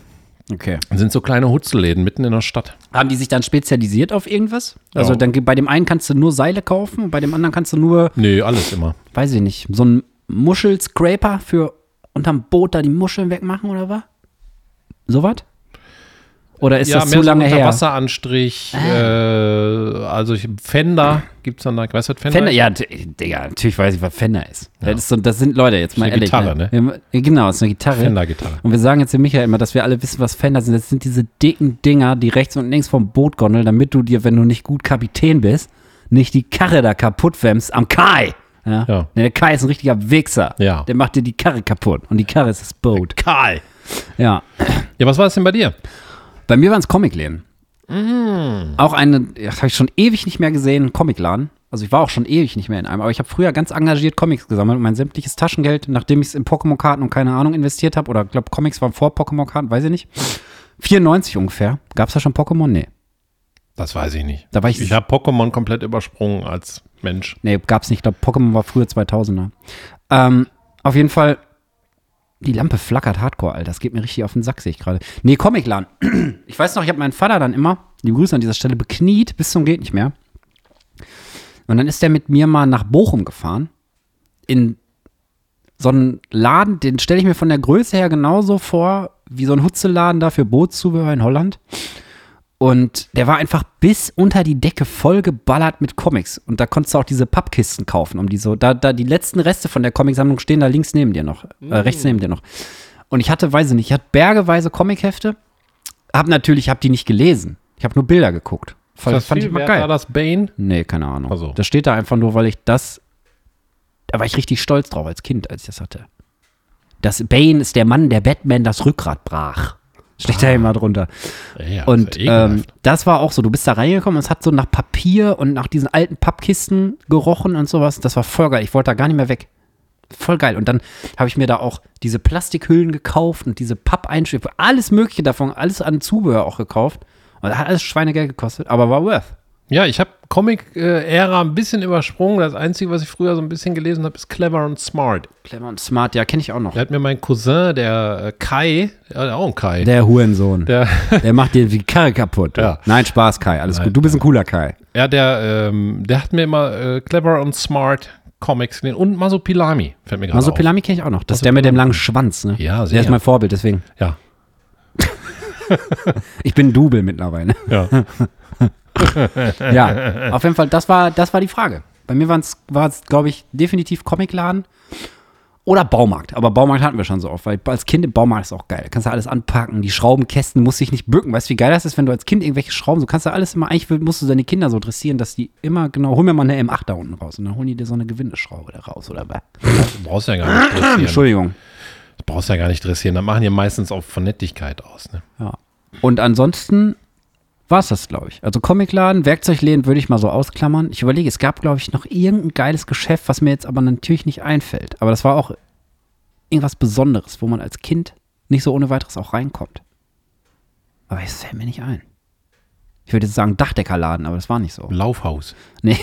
S4: Okay.
S3: Das sind so kleine Hutzelläden mitten in der Stadt.
S4: Haben die sich dann spezialisiert auf irgendwas? Also
S3: Ja.
S4: dann ge- bei dem einen kannst du nur Seile kaufen und bei dem anderen kannst du nur,
S3: Nee, alles immer.
S4: weiß ich nicht, so einen Muschelscraper für unterm Boot da die Muscheln wegmachen oder was? Sowas? Oder ist das zu
S3: so
S4: lange her?
S3: Unterwasseranstrich, äh, also ich, Fender gibt es dann da. Weißt du, was Fender?
S4: Fender,
S3: ist?
S4: ja, d- Digga, natürlich weiß ich, was Fender ist. Das, ist so, das sind Leute jetzt mal
S3: eine
S4: ehrlich.
S3: Gitarre,
S4: ne? Ja, Genau, das ist eine Gitarre.
S3: Fender-Gitarre.
S4: Und wir sagen jetzt dem Michael immer, dass wir alle wissen, was Fender sind. Das sind diese dicken Dinger, die rechts und links vom Boot gondeln, damit du dir, wenn du nicht gut Kapitän bist, nicht die Karre da kaputt wämmst am Kai. Ja?
S3: Ja.
S4: Denn der Kai ist ein richtiger Wichser.
S3: Ja.
S4: Der macht dir die Karre kaputt. Und die Karre ist das Boot.
S3: Karl.
S4: Ja.
S3: Ja, was war das denn bei dir?
S4: Bei mir waren es Comicläden. Auch eine, das habe ich schon ewig nicht mehr gesehen, einen Comicladen. Also ich war auch schon ewig nicht mehr in einem, aber ich habe früher ganz engagiert Comics gesammelt und mein sämtliches Taschengeld, nachdem ich es in Pokémon-Karten und keine Ahnung investiert habe, oder ich glaube, Comics waren vor Pokémon-Karten, weiß ich nicht. 94 ungefähr. Gab es da schon Pokémon? Nee.
S3: Das weiß ich nicht.
S4: Da war ich-
S3: ich habe Pokémon komplett übersprungen als Mensch.
S4: Nee, gab es nicht. Ich glaube, Pokémon war früher 2000er. Ähm, auf jeden Fall, die Lampe flackert hardcore, Alter. Das geht mir richtig auf den Sack, sehe ich gerade. Nee, Comicladen. Ich weiß noch, ich habe meinen Vater dann immer, liebe Grüße an dieser Stelle, bekniet bis zum geht nicht mehr. Und dann ist der mit mir mal nach Bochum gefahren. In so einen Laden, den stelle ich mir von der Größe her genauso vor, wie so ein Hutzeladen da für Bootszubehör in Holland. Und der war einfach bis unter die Decke vollgeballert mit Comics. Und da konntest du auch diese Pappkisten kaufen, um die so, da, da die letzten Reste von der Comicsammlung stehen da links neben dir noch,
S3: Mm.
S4: äh, rechts neben dir noch. Und ich hatte, weiß ich nicht, ich hatte bergeweise Comichefte. Hab natürlich, hab die nicht gelesen. Ich habe nur Bilder geguckt. Voll,
S3: das viel wert, War das Bane?
S4: Nee, keine Ahnung.
S3: Ach so.
S4: Das steht da einfach nur, weil ich das. Da war ich richtig stolz drauf als Kind, als ich das hatte. Das Bane ist der Mann, der Batman das Rückgrat brach. Steht da immer drunter.
S3: Ah. Ja,
S4: Und
S3: ist ja
S4: ähm,
S3: ekelhaft.
S4: das war auch so, du bist da reingekommen und es hat so nach Papier und nach diesen alten Pappkisten gerochen und sowas. Das war voll geil. Ich wollte da gar nicht mehr weg. Voll geil. Und dann habe ich mir da auch diese Plastikhüllen gekauft und diese Pappeinschiffe, alles Mögliche davon, alles an Zubehör auch gekauft. Und hat alles Schweinegeld gekostet, aber war worth.
S3: ja, ich habe Comic-Ära ein bisschen übersprungen. Das Einzige, was ich früher so ein bisschen gelesen habe, ist Clever und Smart.
S4: Clever und smart, ja, kenne ich auch noch.
S3: Da hat mir mein Cousin, der äh, Kai, ja, der auch ein Kai.
S4: Der Hurensohn. Der,
S3: der
S4: macht dir die Karre kaputt.
S3: Ja.
S4: Nein, Spaß, Kai. Alles gut. Du bist ein cooler Kai.
S3: Ja, der, ähm, der hat mir immer äh, clever und smart Comics gelesen. Und Masopilami fällt mir gerade auf.
S4: Masopilami kenne ich auch noch. Das ist der mit dem langen Schwanz, ne?
S3: Ja,
S4: Der
S3: sehr.
S4: ist mein Vorbild, deswegen.
S3: Ja,
S4: Ich bin Double mittlerweile.
S3: ja.
S4: ja. Auf jeden Fall, das war, das war die Frage. Bei mir war es, glaube ich, definitiv Comicladen oder Baumarkt. Aber Baumarkt hatten wir schon so oft, weil als Kind im Baumarkt ist auch geil. Da kannst du alles anpacken. Die Schraubenkästen musst dich nicht bücken. Weißt du, wie geil das ist, wenn du als Kind irgendwelche Schrauben, so kannst du alles immer, eigentlich musst du deine Kinder so dressieren, dass die immer, genau, hol mir mal eine M8 da unten raus und dann holen die dir so eine Gewindeschraube da raus oder was.
S3: Du brauchst ja gar nicht dressieren.
S4: Entschuldigung.
S3: Du brauchst ja gar nicht dressieren. Da machen die meistens auch von Nettigkeit aus. Ne?
S4: Ja. Und ansonsten war es das, glaube ich. Also Comicladen, Werkzeugläden würde ich mal so ausklammern. Ich überlege, es gab, glaube ich, noch irgendein geiles Geschäft, was mir jetzt aber natürlich nicht einfällt. Aber das war auch irgendwas Besonderes, wo man als Kind nicht so ohne weiteres auch reinkommt. Aber es fällt mir nicht ein. Ich würde jetzt sagen Dachdeckerladen, aber das war nicht so.
S3: Laufhaus.
S4: Nee.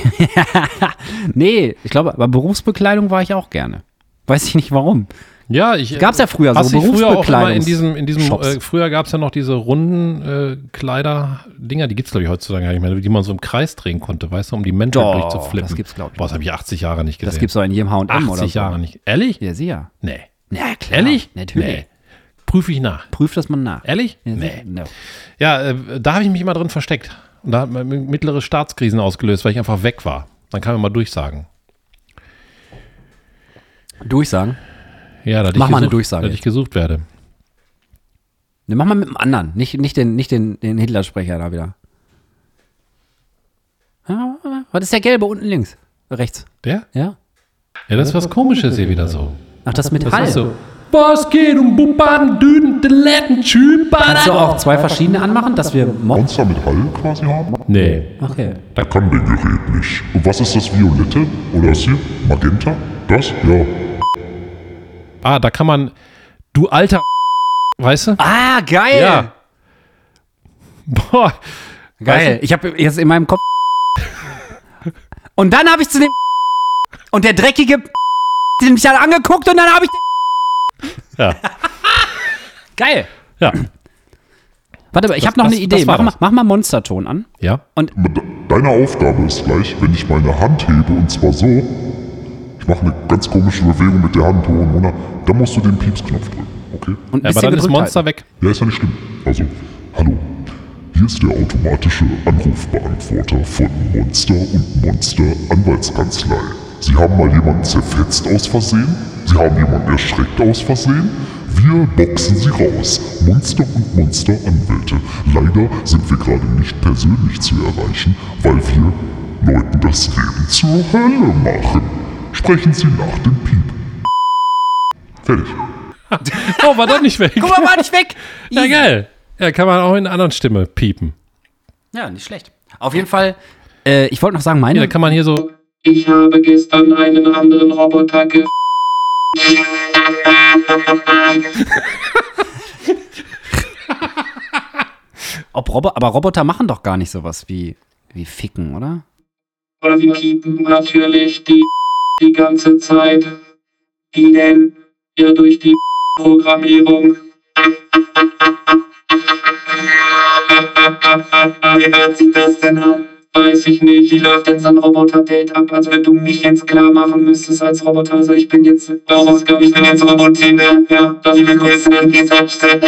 S4: nee, ich glaube, aber Berufsbekleidung war ich auch gerne. Weiß ich nicht warum.
S3: Ja, ich.
S4: Gab's ja früher so
S3: hast dich früher auch immer in
S4: Berufsbekleidungs-
S3: diesem, in diesem
S4: Shops.
S3: äh, früher gab es ja noch diese runden äh, Kleider-Dinger, die gibt es glaube ich heutzutage gar nicht mehr, die man so im Kreis drehen konnte, weißt du, um die Mäntel
S4: Doch,
S3: durchzuflippen.
S4: das gibt's, glaub ich,
S3: Boah, das habe ich 80 Jahre nicht gesehen.
S4: Das gibt es auch in jedem H&M
S3: 80
S4: oder so.
S3: Jahre nicht. Ehrlich?
S4: Ja, sicher.
S3: Nee.
S4: Ja, klar.
S3: Ehrlich?
S4: Natürlich.
S3: Nee. Prüfe ich nach.
S4: Prüf das mal nach.
S3: Ehrlich?
S4: Ja,
S3: Nee.
S4: sicher. No.
S3: Ja, äh, da habe ich mich immer drin versteckt. Und da hat man mittlere Staatskrisen ausgelöst, weil ich einfach weg war. Dann kann man mal durchsagen.
S4: Durchsagen?
S3: Ja, da hatte
S4: Mach
S3: ich
S4: mal eine
S3: gesucht-
S4: Durchsage
S3: da hatte ich gesucht werde.
S4: Ne, mach mal mit dem anderen. Nicht, nicht den, nicht den, den Hitlersprecher da wieder. Ja, Was ist der gelbe unten links? Rechts.
S3: Der?
S4: Ja?
S3: Ja, das ist was komisches hier wieder so.
S4: Ach, das mit
S3: Das
S4: Hall.
S3: ist so. Was geht um Bubban, Düden, Deletten, Schümpern?
S4: Kannst du auch zwei verschiedene anmachen, dass wir mobben?
S8: Monster mit Hall quasi haben?
S3: Nee.
S4: Okay.
S8: Kann der Gerät nicht. Und was ist das Violette? Oder das hier? Magenta? Das? Ja.
S3: Ah, da kann man. Du alter. Weißt du?
S4: Ah, geil.
S3: Ja. Boah.
S4: Geil. Ich habe jetzt in meinem Kopf. und dann habe ich zu dem. Und der dreckige. Den mich alle angeguckt und dann habe ich.
S3: Ja.
S4: Geil.
S3: Ja.
S4: Warte mal, ich habe noch
S3: das-
S4: eine Idee.
S3: das war
S4: Mach mal,
S3: was.
S4: mach mal Monsterton an.
S3: Ja.
S8: Deine Aufgabe ist gleich, wenn ich meine Hand hebe, und zwar so, ich mache eine ganz komische Bewegung mit der Hand, hoch und runter, dann musst du den Piepsknopf drücken, okay?
S4: Und ein
S3: aber
S4: bisschen
S3: dann ist
S4: gedrückt
S3: Monster
S4: halten.
S3: weg.
S8: Ja, ist ja nicht schlimm. Also, hallo. Hier ist der automatische Anrufbeantworter von Monster und Monster Anwaltskanzlei. Sie haben mal jemanden zerfetzt aus Versehen. Sie haben jemanden erschreckt aus Versehen. Wir boxen sie raus. Monster und Monster Anwälte. Leider sind wir gerade nicht persönlich zu erreichen, weil wir Leuten das Leben zur Hölle machen. Sprechen Sie nach dem Piep. Fertig.
S3: Oh, war doch nicht weg.
S4: Guck mal, war nicht weg.
S3: ja, geil. Ja, kann man auch in einer anderen Stimme piepen.
S4: Ja, nicht schlecht. Auf jeden Fall, äh, ich wollte noch sagen,
S3: Ja,
S4: meine.
S3: da kann man hier so.
S6: Ich habe gestern einen anderen Roboter ge...
S4: ob Robo aber Roboter machen doch gar nicht sowas wie, wie Ficken, oder?
S6: Aber wir piepen natürlich die... die ganze Zeit. Wie denn? Ja, durch die Programmierung. Wie hört sich das denn an? Weiß ich nicht. Wie läuft denn so ein Roboter-Date ab? Also wenn du mich jetzt klar machen müsstest als Roboter, also ich bin jetzt Roboter, ich bin jetzt Robotine. Ja, das liebe Grüße an dieser Stelle.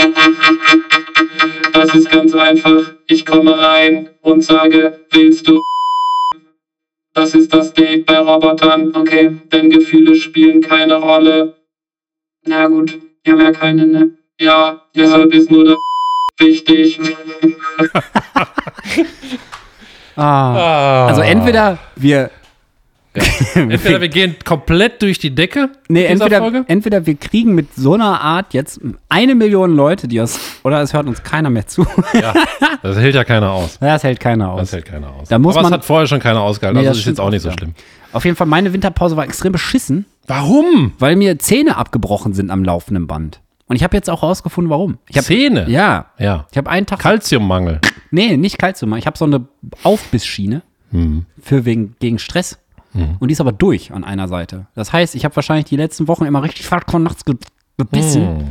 S6: Das ist ganz einfach. Ich komme rein und sage, willst du das ist das Date bei Robotern, okay, denn Gefühle spielen keine Rolle. Na gut, wir haben ja keine, ne? Ja, deshalb ist nur das wichtig.
S4: Ah. Also entweder wir.
S3: Entweder wir gehen komplett durch die Decke.
S4: Nee,
S3: in dieser
S4: entweder,
S3: Folge.
S4: entweder wir kriegen mit so einer Art jetzt eine Million Leute, die aus. Oder es hört uns keiner mehr zu.
S3: Das hält ja keiner aus.
S4: Das hält keiner
S3: Das
S4: aus.
S3: hält keiner aus.
S4: Da muss
S3: Aber es
S4: man-
S3: hat vorher schon keiner ausgehalten.
S4: Nee,
S3: also
S4: das
S3: das ist jetzt
S4: stimmt
S3: auch nicht so
S4: auch, ja.
S3: schlimm.
S4: Auf jeden Fall, meine Winterpause war extrem beschissen,
S3: Warum?
S4: weil mir Zähne abgebrochen sind am laufenden Band. Und ich habe jetzt auch herausgefunden, warum. Ich hab,
S3: Zähne.
S4: Ja.
S3: Ja.
S4: Ich habe einen Tag.
S3: Kalziummangel.
S4: Nee, nicht Kalzium. Ich habe so eine Aufbissschiene für wegen, gegen Stress. Und die ist aber durch an einer Seite. Das heißt, ich habe wahrscheinlich die letzten Wochen immer richtig hardcore nachts ge gebissen.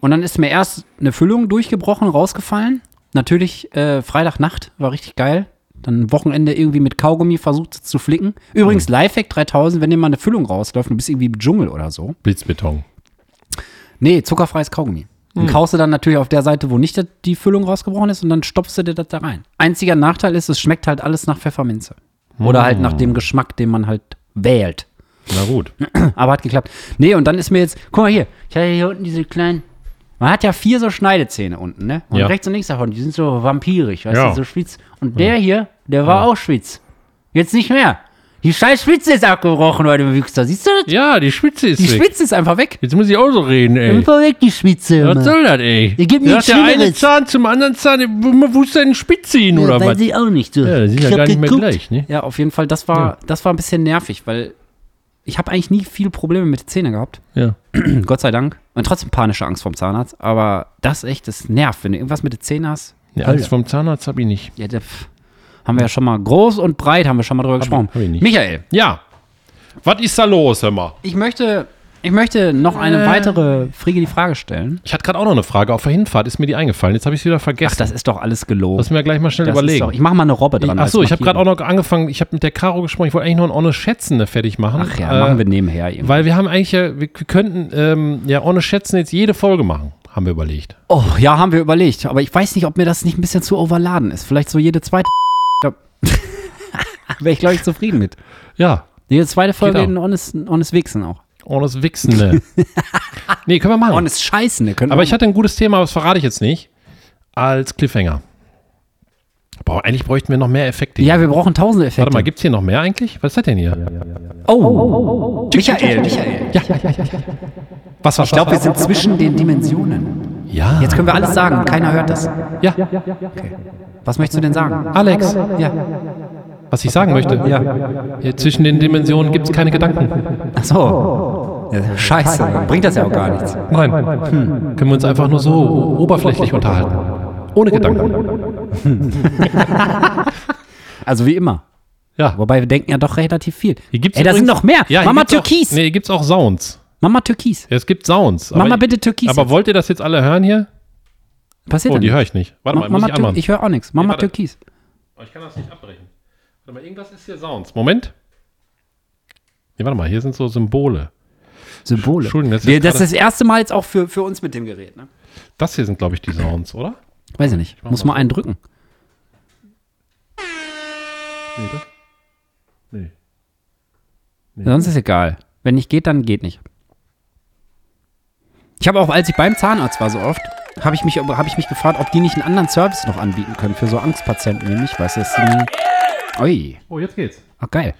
S4: Und dann ist mir erst eine Füllung durchgebrochen, rausgefallen. Natürlich äh, Freitagnacht war richtig geil. Dann am Wochenende irgendwie mit Kaugummi versucht zu flicken. Übrigens, Lifehack 3000, wenn dir mal eine Füllung rausläuft, du bist irgendwie im Dschungel oder so.
S3: Blitzbeton.
S4: Nee, zuckerfreies Kaugummi.
S3: Hm.
S4: Dann kaust du dann natürlich auf der Seite, wo nicht das- die Füllung rausgebrochen ist und dann stopfst du dir das da rein. Einziger Nachteil ist, es schmeckt halt alles nach Pfefferminze. Oder halt
S3: Hm.
S4: nach dem Geschmack, den man halt wählt.
S3: Na gut.
S4: Aber hat geklappt. Nee, und dann ist mir jetzt, guck mal hier, ich hatte hier unten diese kleinen, man hat ja vier so Schneidezähne unten, ne? Und
S3: Ja.
S4: rechts und links davon, die sind so vampirisch, weißt
S3: Ja.
S4: du, so spitz. Und der hier, der war auch spitz. Jetzt nicht mehr. Die scheiß Spitze ist abgebrochen, Leute, du Wichser. Siehst du das?
S3: Ja, die Spitze ist
S4: Die
S3: weg.
S4: Spitze ist einfach weg.
S3: Jetzt muss ich auch so reden, ey.
S4: Einfach weg, die Spitze.
S3: Was
S4: Mann.
S3: soll das, ey?
S4: Ihr gebt mir
S3: Da
S4: nichts
S3: hat der eine
S4: Schlimmeres.
S3: Zahn zum anderen Zahn. Wo ist deine Spitze hin, oder
S4: weiß
S3: was?
S4: ich auch nicht. So.
S3: Ja, das ist
S4: ich
S3: ja
S4: hab
S3: gar nicht mehr
S4: geguckt.
S3: gleich, ne?
S4: Ja, auf jeden Fall, das war, das war ein bisschen nervig, weil ich habe eigentlich nie viel Probleme mit Zähnen gehabt.
S3: Ja.
S4: Gott sei Dank. Und trotzdem panische Angst vom Zahnarzt. Aber das echt, das nervt, wenn du irgendwas mit den Zähnen hast.
S3: Nee, Angst vom Zahnarzt habe ich nicht.
S4: Ja, da pf, haben wir ja schon mal groß und breit, haben wir schon mal drüber gesprochen.
S3: hab ich nicht.
S4: Michael,
S3: Ja. Was ist da los, hör mal?
S4: ich möchte, ich möchte noch eine weitere Frage die Frage stellen.
S3: Ich hatte gerade auch noch eine Frage. Auf der Hinfahrt ist mir die eingefallen. Jetzt habe ich sie wieder vergessen.
S4: Ach, das ist doch alles gelogen.
S3: Lass mir gleich mal schnell
S4: Das ist
S3: überlegen.
S4: doch, ich mache mal eine Robbe dran.
S3: Ach so,
S4: als
S3: ich habe gerade
S4: Markierung.
S3: auch noch angefangen. Ich habe mit der Caro gesprochen. Ich wollte eigentlich noch ein ohne Schätzende fertig machen. Äh,
S4: Ach ja, machen wir nebenher. irgendwie.
S3: Weil wir haben eigentlich ja, wir könnten ähm, ja ohne Schätzen jetzt jede Folge machen, haben wir überlegt.
S4: Oh, ja, haben wir überlegt. Aber ich weiß nicht, ob mir das nicht ein bisschen zu overladen ist. Vielleicht so jede zweite. Da wäre ich, glaube ich, zufrieden mit.
S3: Ja,
S4: Jede zweite Folge
S3: auch.
S4: in Honest, honest Wichsen auch.
S3: ohnes Wichsende. ne. nee, können wir machen.
S4: Honest Scheißen, ne?
S3: Aber ich hatte ein gutes Thema, aber das verrate ich jetzt nicht. Als Cliffhanger. Boah, eigentlich bräuchten wir noch mehr Effekte.
S4: Ja, wir brauchen tausende Effekte.
S3: Warte mal, gibt's hier noch mehr eigentlich? Was ist das denn hier?
S4: oh. Michael, Michael.
S3: Was war
S4: Ich glaube, wir sind zwischen den Dimensionen.
S3: Ja.
S4: Jetzt können wir alles sagen und keiner hört das.
S3: Ja.
S4: Was möchtest du denn sagen?
S3: Alex,
S4: Ja.
S3: was ich sagen möchte. Ja. Zwischen den Dimensionen gibt's keine Gedanken.
S4: Ach so. Äh, Scheiße, dann bringt das ja auch gar nichts.
S3: Nein, Hm. können wir uns einfach nur so oberflächlich unterhalten. Ohne Gedanken.
S4: Also wie immer.
S3: Ja.
S4: Wobei wir denken ja doch relativ viel.
S3: Hier gibt's
S4: Ey, da sind
S3: übrigens-
S4: noch mehr.
S3: Ja, hier
S4: Mama
S3: gibt's
S4: Türkis.
S3: Auch, nee, hier gibt's auch Sounds.
S4: Mama Türkis.
S3: Ja, es gibt Sounds.
S4: Mach mal bitte Türkis
S3: Aber
S4: jetzt.
S3: wollt ihr das jetzt alle hören hier?
S4: Passiert
S3: Oh,
S4: denn?
S3: die höre ich nicht. Warte
S4: Ma
S3: mal, muss
S4: Mama
S3: ich
S4: Tür
S3: anmachen.
S4: ich höre auch nichts. Mama
S3: warte.
S4: Türkis.
S3: Aber ich kann das nicht abbrechen. Warte mal, irgendwas ist hier Sounds. Moment. Nee, warte mal, hier sind so Symbole.
S4: Symbole.
S3: Entschuldigung, das ist
S4: Wir-
S3: jetzt
S4: das ist
S3: gerade-
S4: das erste Mal jetzt auch für, für uns mit dem Gerät. Ne?
S3: Das hier sind, glaube ich, die Sounds, oder?
S4: Weiß ich nicht. Muss mal einen drücken.
S3: Nee, das? Nee.
S4: Sonst ist egal. Wenn nicht geht, dann geht nicht. Ich habe auch, als ich beim Zahnarzt war so oft, habe ich, mich- habe ich mich gefragt, ob die nicht einen anderen Service noch anbieten können für so Angstpatienten nämlich. Weißt du, das ist ein... Ui.
S3: Oh, jetzt geht's.
S4: Ach, geil.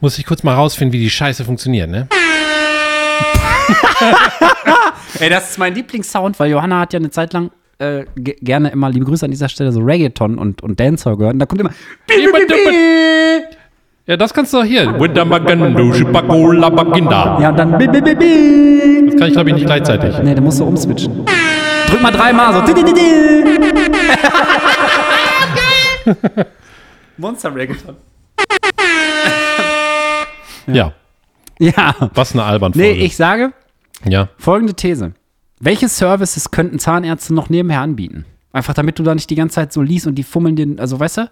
S3: Muss ich kurz mal rausfinden, wie die Scheiße funktioniert, ne?
S4: Ey, das ist mein Lieblingssound, weil Johanna hat ja eine Zeit lang äh, ge- gerne immer, liebe Grüße an dieser Stelle, so Reggaeton und, und Dancehall gehört. Und da kommt immer.
S3: Ja, das kannst du doch hier. Das
S4: Ja, und dann. bi- bi- bi- bi.
S3: kann ich, glaube ich, nicht gleichzeitig.
S4: Nee, dann musst du umswitchen. Drück mal dreimal so. Di- di- di- di. Monster Reggaeton.
S3: Ja,
S4: Ja.
S3: was eine albern
S4: Nee,
S3: Folge.
S4: ich sage
S3: Ja.
S4: folgende These: Welche Services könnten Zahnärzte noch nebenher anbieten? Einfach damit du da nicht die ganze Zeit so liest und die fummeln den, also weißt du?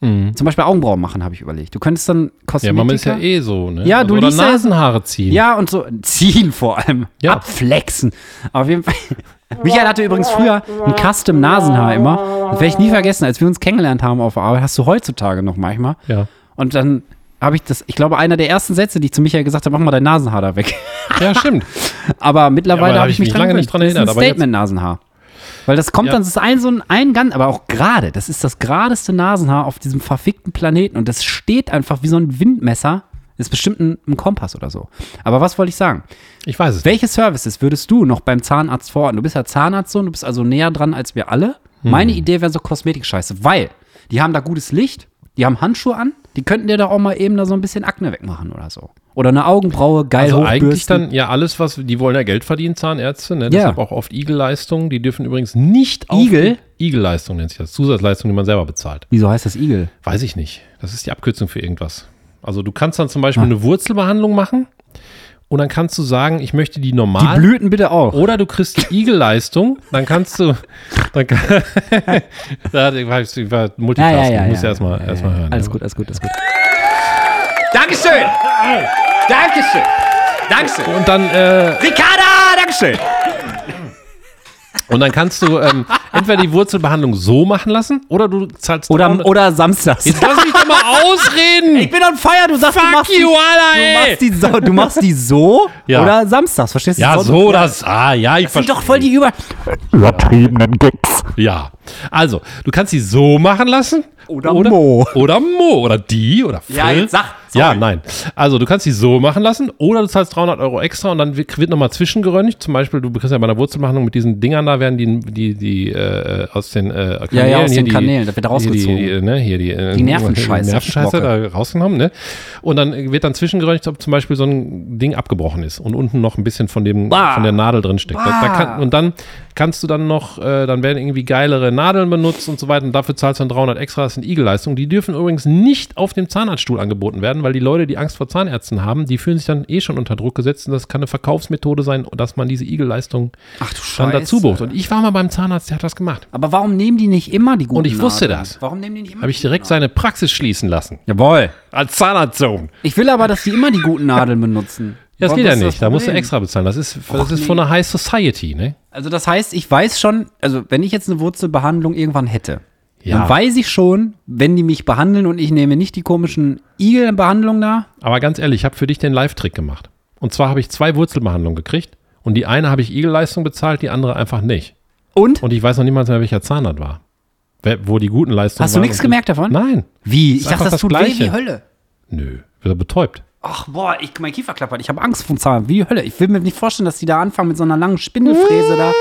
S4: Zum Beispiel Augenbrauen machen, habe ich überlegt. Du könntest dann
S3: Mhm. Ja,
S4: Kosmetika.
S3: man ist ja eh so, ne?
S4: Ja, du
S3: oder
S4: liest ja-
S3: Nasenhaare ziehen.
S4: Ja, und so ziehen vor allem.
S3: Ja.
S4: Abflexen. Auf jeden Fall. Michael hatte übrigens früher ein Custom Nasenhaar immer. Das werde ich nie vergessen, als wir uns kennengelernt haben auf der Arbeit, hast du heutzutage noch manchmal.
S3: Ja.
S4: Und dann habe ich das, ich glaube, einer der ersten Sätze, die ich zu Michael gesagt habe, mach mal dein Nasenhaar da weg.
S3: Ja, stimmt.
S4: Aber
S3: Ja, aber
S4: mittlerweile
S3: da
S4: habe ich mich dran
S3: lange
S4: gewöhnt.
S3: nicht dran
S4: Das ist ein
S3: erinnert, aber jetzt-
S4: Statement-Nasenhaar. Weil das kommt
S3: Ja.
S4: dann, das ist ein so ein, ein ganz, aber auch gerade, das ist das geradeste Nasenhaar auf diesem verfickten Planeten und das steht einfach wie so ein Windmesser. Ist bestimmt ein, ein Kompass oder so. Aber was wollte ich sagen?
S3: Ich weiß es.
S4: Welche Services würdest du noch beim Zahnarzt verorten? Du bist ja Zahnarztsohn, du bist also näher dran als wir alle.
S3: Hm.
S4: Meine Idee wäre so Kosmetikscheiße, weil die haben da gutes Licht, die haben Handschuhe an, die könnten dir da auch mal eben da so ein bisschen Akne wegmachen oder so. Oder eine Augenbraue geil
S3: Also
S4: hochbürsten.
S3: eigentlich dann ja alles, was die wollen ja Geld verdienen, Zahnärzte, ne? Deshalb auch oft Igelleistungen. Die dürfen übrigens nicht auf
S4: Igel?
S3: die- Igelleistung nennt sich das. Zusatzleistung, die man selber bezahlt.
S4: Wieso heißt das Igel?
S3: Weiß ich nicht. Das ist die Abkürzung für irgendwas. Also du kannst dann zum Beispiel
S4: Ah.
S3: eine Wurzelbehandlung machen und dann kannst du sagen, ich möchte die
S4: Die
S3: normal.
S4: Blüten bitte auch.
S3: oder du kriegst die Igelleistung, dann kannst du. Dann kann, da, ich weiß, ich war Multitasking, ich muss ja, erstmal erstmal hören.
S4: Alles
S3: ne?
S4: gut, alles gut, alles gut.
S9: Dankeschön! Dankeschön! Dankeschön!
S3: Und dann äh,
S9: Ricarda, Dankeschön!
S3: Und dann kannst du ähm, entweder die Wurzelbehandlung so machen lassen oder du zahlst.
S4: Oder, oder samstags.
S3: Jetzt lass mich doch mal
S4: Ich
S3: ausreden!
S4: bin on fire, du sagst, du machst,
S3: you,
S4: die,
S3: Alter,
S4: du,
S3: ey.
S4: machst die so, du machst die so
S3: Ja.
S4: oder samstags, verstehst du?
S3: Ja,
S4: Sonntag-
S3: so, das. Ah, ja, ich
S4: Das sind
S3: verstehe.
S4: doch voll die über...
S3: Ja. Also, du kannst sie so machen lassen.
S4: Oder
S3: oder
S4: Mo.
S3: Oder Mo. Oder die. Oder Phil.
S4: Ja, jetzt sag, sorry.
S3: Ja, nein. Also, du kannst sie so machen lassen oder du zahlst 300 Euro extra und dann wird wird nochmal zwischengeröntgt. Zum Beispiel, du kriegst ja bei einer Wurzelbehandlung mit diesen Dingern da, werden die, die, die äh, aus den äh, Kanälen.
S4: ja, aus
S3: hier
S4: den
S3: die,
S4: Kanälen, da wird
S3: Hier
S4: rausgezogen.
S3: die, die, ne, hier die, äh,
S4: Die Nervenscheiße,
S3: Die Nervenscheiße da
S4: Schmocke.
S3: rausgenommen, ne? Und dann wird dann zwischengeröntgt, ob zum Beispiel so ein Ding abgebrochen ist und unten noch ein bisschen von, dem,
S4: Bah.
S3: von der Nadel drin steckt. Da, da kann, und dann kannst du dann noch, äh, dann werden irgendwie geilere Nadeln benutzt und so weiter. Und dafür zahlst du dann 300 extra. Das sind Igelleistungen. Die dürfen übrigens nicht auf dem Zahnarztstuhl angeboten werden, weil die Leute, die Angst vor Zahnärzten haben, die fühlen sich dann eh schon unter Druck gesetzt. Und das kann eine Verkaufsmethode sein, dass man diese Igelleistung dann dazu bucht. Und ich war mal beim Zahnarzt, der hat das gemacht.
S4: Aber warum nehmen die nicht immer die guten
S3: Und ich wusste
S4: Nadeln?
S3: das.
S4: Warum nehmen die nicht immer
S3: Habe ich direkt seine Praxis schließen lassen.
S4: Jawohl.
S3: Als Zahnarztsohn.
S4: Ich will aber, dass die immer die guten Nadeln benutzen.
S3: Ja, das
S4: Warum
S3: geht ja
S4: ist
S3: nicht. Da musst du
S4: Problem?
S3: extra bezahlen. Das ist, das ist von der High Society, ne?
S4: Also das heißt, ich weiß schon, also wenn ich jetzt eine Wurzelbehandlung irgendwann hätte,
S3: Ja.
S4: dann weiß ich schon, wenn die mich behandeln und ich nehme nicht die komischen Igelbehandlungen da.
S3: Aber ganz ehrlich, ich habe für dich den Live-Trick gemacht. Und zwar habe ich zwei Wurzelbehandlungen gekriegt. Und die eine habe ich Igelleistung bezahlt, die andere einfach nicht.
S4: Und?
S3: Und ich weiß noch niemals mehr, welcher Zahnarzt war. Wer- Wo die guten Leistungen
S4: Hast du
S3: waren
S4: nichts
S3: und die-
S4: gemerkt davon?
S3: Nein.
S4: Wie? Ich
S3: Ist
S4: dachte,
S3: einfach
S4: das
S3: das
S4: tut weh
S3: Gleiche.
S4: wie Hölle.
S3: Nö. Wird betäubt.
S4: Ach boah, ich, mein Kiefer klappert. Ich habe Angst vom Zahn. Wie die Hölle. Ich will mir nicht vorstellen, dass die da anfangen mit so einer langen Spindelfräse da.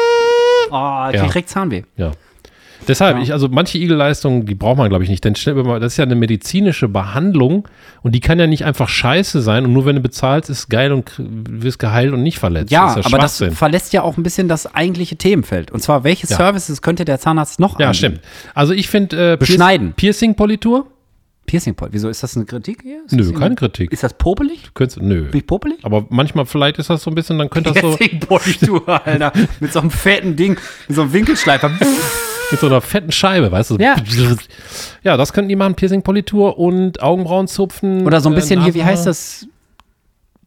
S4: Oh, ich krieg
S3: Ja.
S4: direkt Zahnweh.
S3: Ja. Deshalb, ich, also manche Igelleistungen, die braucht man, glaube ich, nicht. Denn schnell, wenn man- das ist ja eine medizinische Behandlung und die kann ja nicht einfach scheiße sein und nur wenn du bezahlst, ist geil und k- wirst geheilt und nicht verletzt.
S4: Ja,
S3: ist ja
S4: aber das
S3: Schwachsinn.
S4: verlässt ja auch ein bisschen das eigentliche Themenfeld. Und zwar, welche
S3: Ja.
S4: Services könnte der Zahnarzt noch
S3: ja,
S4: anbieten?
S3: stimmt. Also ich finde äh, Pier-
S4: Beschneiden.
S3: Piercing-Politur?
S4: Piercing-Pol. Wieso ist das eine Kritik hier? Ist das
S3: Nö,
S4: irgendwie-
S3: keine Kritik.
S4: Ist das popelig?
S3: Könntest, nö.
S4: Bin ich popelig?
S3: Aber manchmal vielleicht ist das so ein bisschen, dann könnte das so
S4: Piercing-Politur, Alter. Mit so einem fetten Ding, mit so einem Winkelschleifer.
S3: mit so einer fetten Scheibe, weißt du? so-
S4: Ja.
S3: ja, das könnten die machen, Piercing-Politur und Augenbrauen zupfen.
S4: Oder so ein
S3: äh,
S4: bisschen hier, wie
S3: Nasenhaar.
S4: heißt das?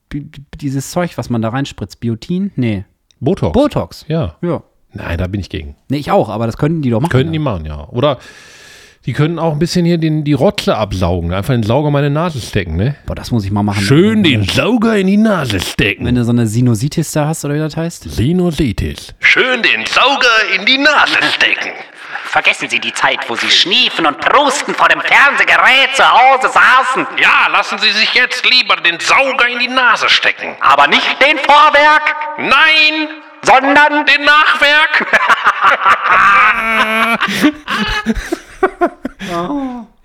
S4: Bi- bi- Dieses Zeug, was man da reinspritzt. Biotin? Nee.
S3: Botox.
S4: Botox.
S3: Ja.
S4: Ja.
S3: Nein, da bin ich gegen.
S4: Nee, ich auch, aber das könnten die doch machen.
S3: Könnten die
S4: ja.
S3: machen, ja. Oder die können auch ein bisschen hier den, die Rotle absaugen. Einfach den Sauger meine Nase stecken, ne?
S4: Boah, das muss ich mal machen.
S3: Schön den Sauger in die Nase stecken.
S4: Wenn du so eine Sinusitis da hast oder wie das heißt.
S3: Sinusitis.
S2: Schön den Sauger in die Nase stecken.
S1: Vergessen Sie die Zeit, wo Sie schniefen und prusten vor dem Fernsehgerät zu Hause saßen.
S2: Ja, lassen Sie sich jetzt lieber den Sauger in die Nase stecken.
S1: Aber nicht den Vorwerk,
S2: Nein,
S1: sondern
S2: den Nachwerk.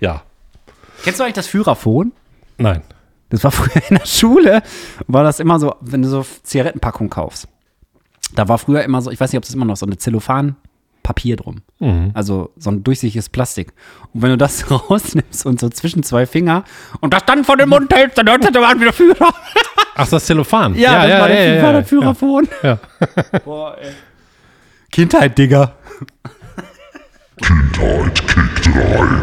S3: Ja.
S4: Kennst du eigentlich das Führerphon?
S3: Nein.
S4: Das war früher in der Schule, war das immer so, wenn du so Zigarettenpackung kaufst. Da war früher immer so, ich weiß nicht, ob das immer noch so eine Zellophan-Papier drum.
S3: Mhm.
S4: Also so ein durchsichtiges Plastik. Und wenn du das rausnimmst und so zwischen zwei Finger und das dann vor den Mund hältst, dann hört das immer an wie der Führer.
S3: Ach, das Zellophan.
S4: das war der,
S3: ja,
S4: war der
S3: ja.
S4: Führerphon.
S3: Ja.
S4: Kindheit, Digga.
S8: Kindheit kickte rein.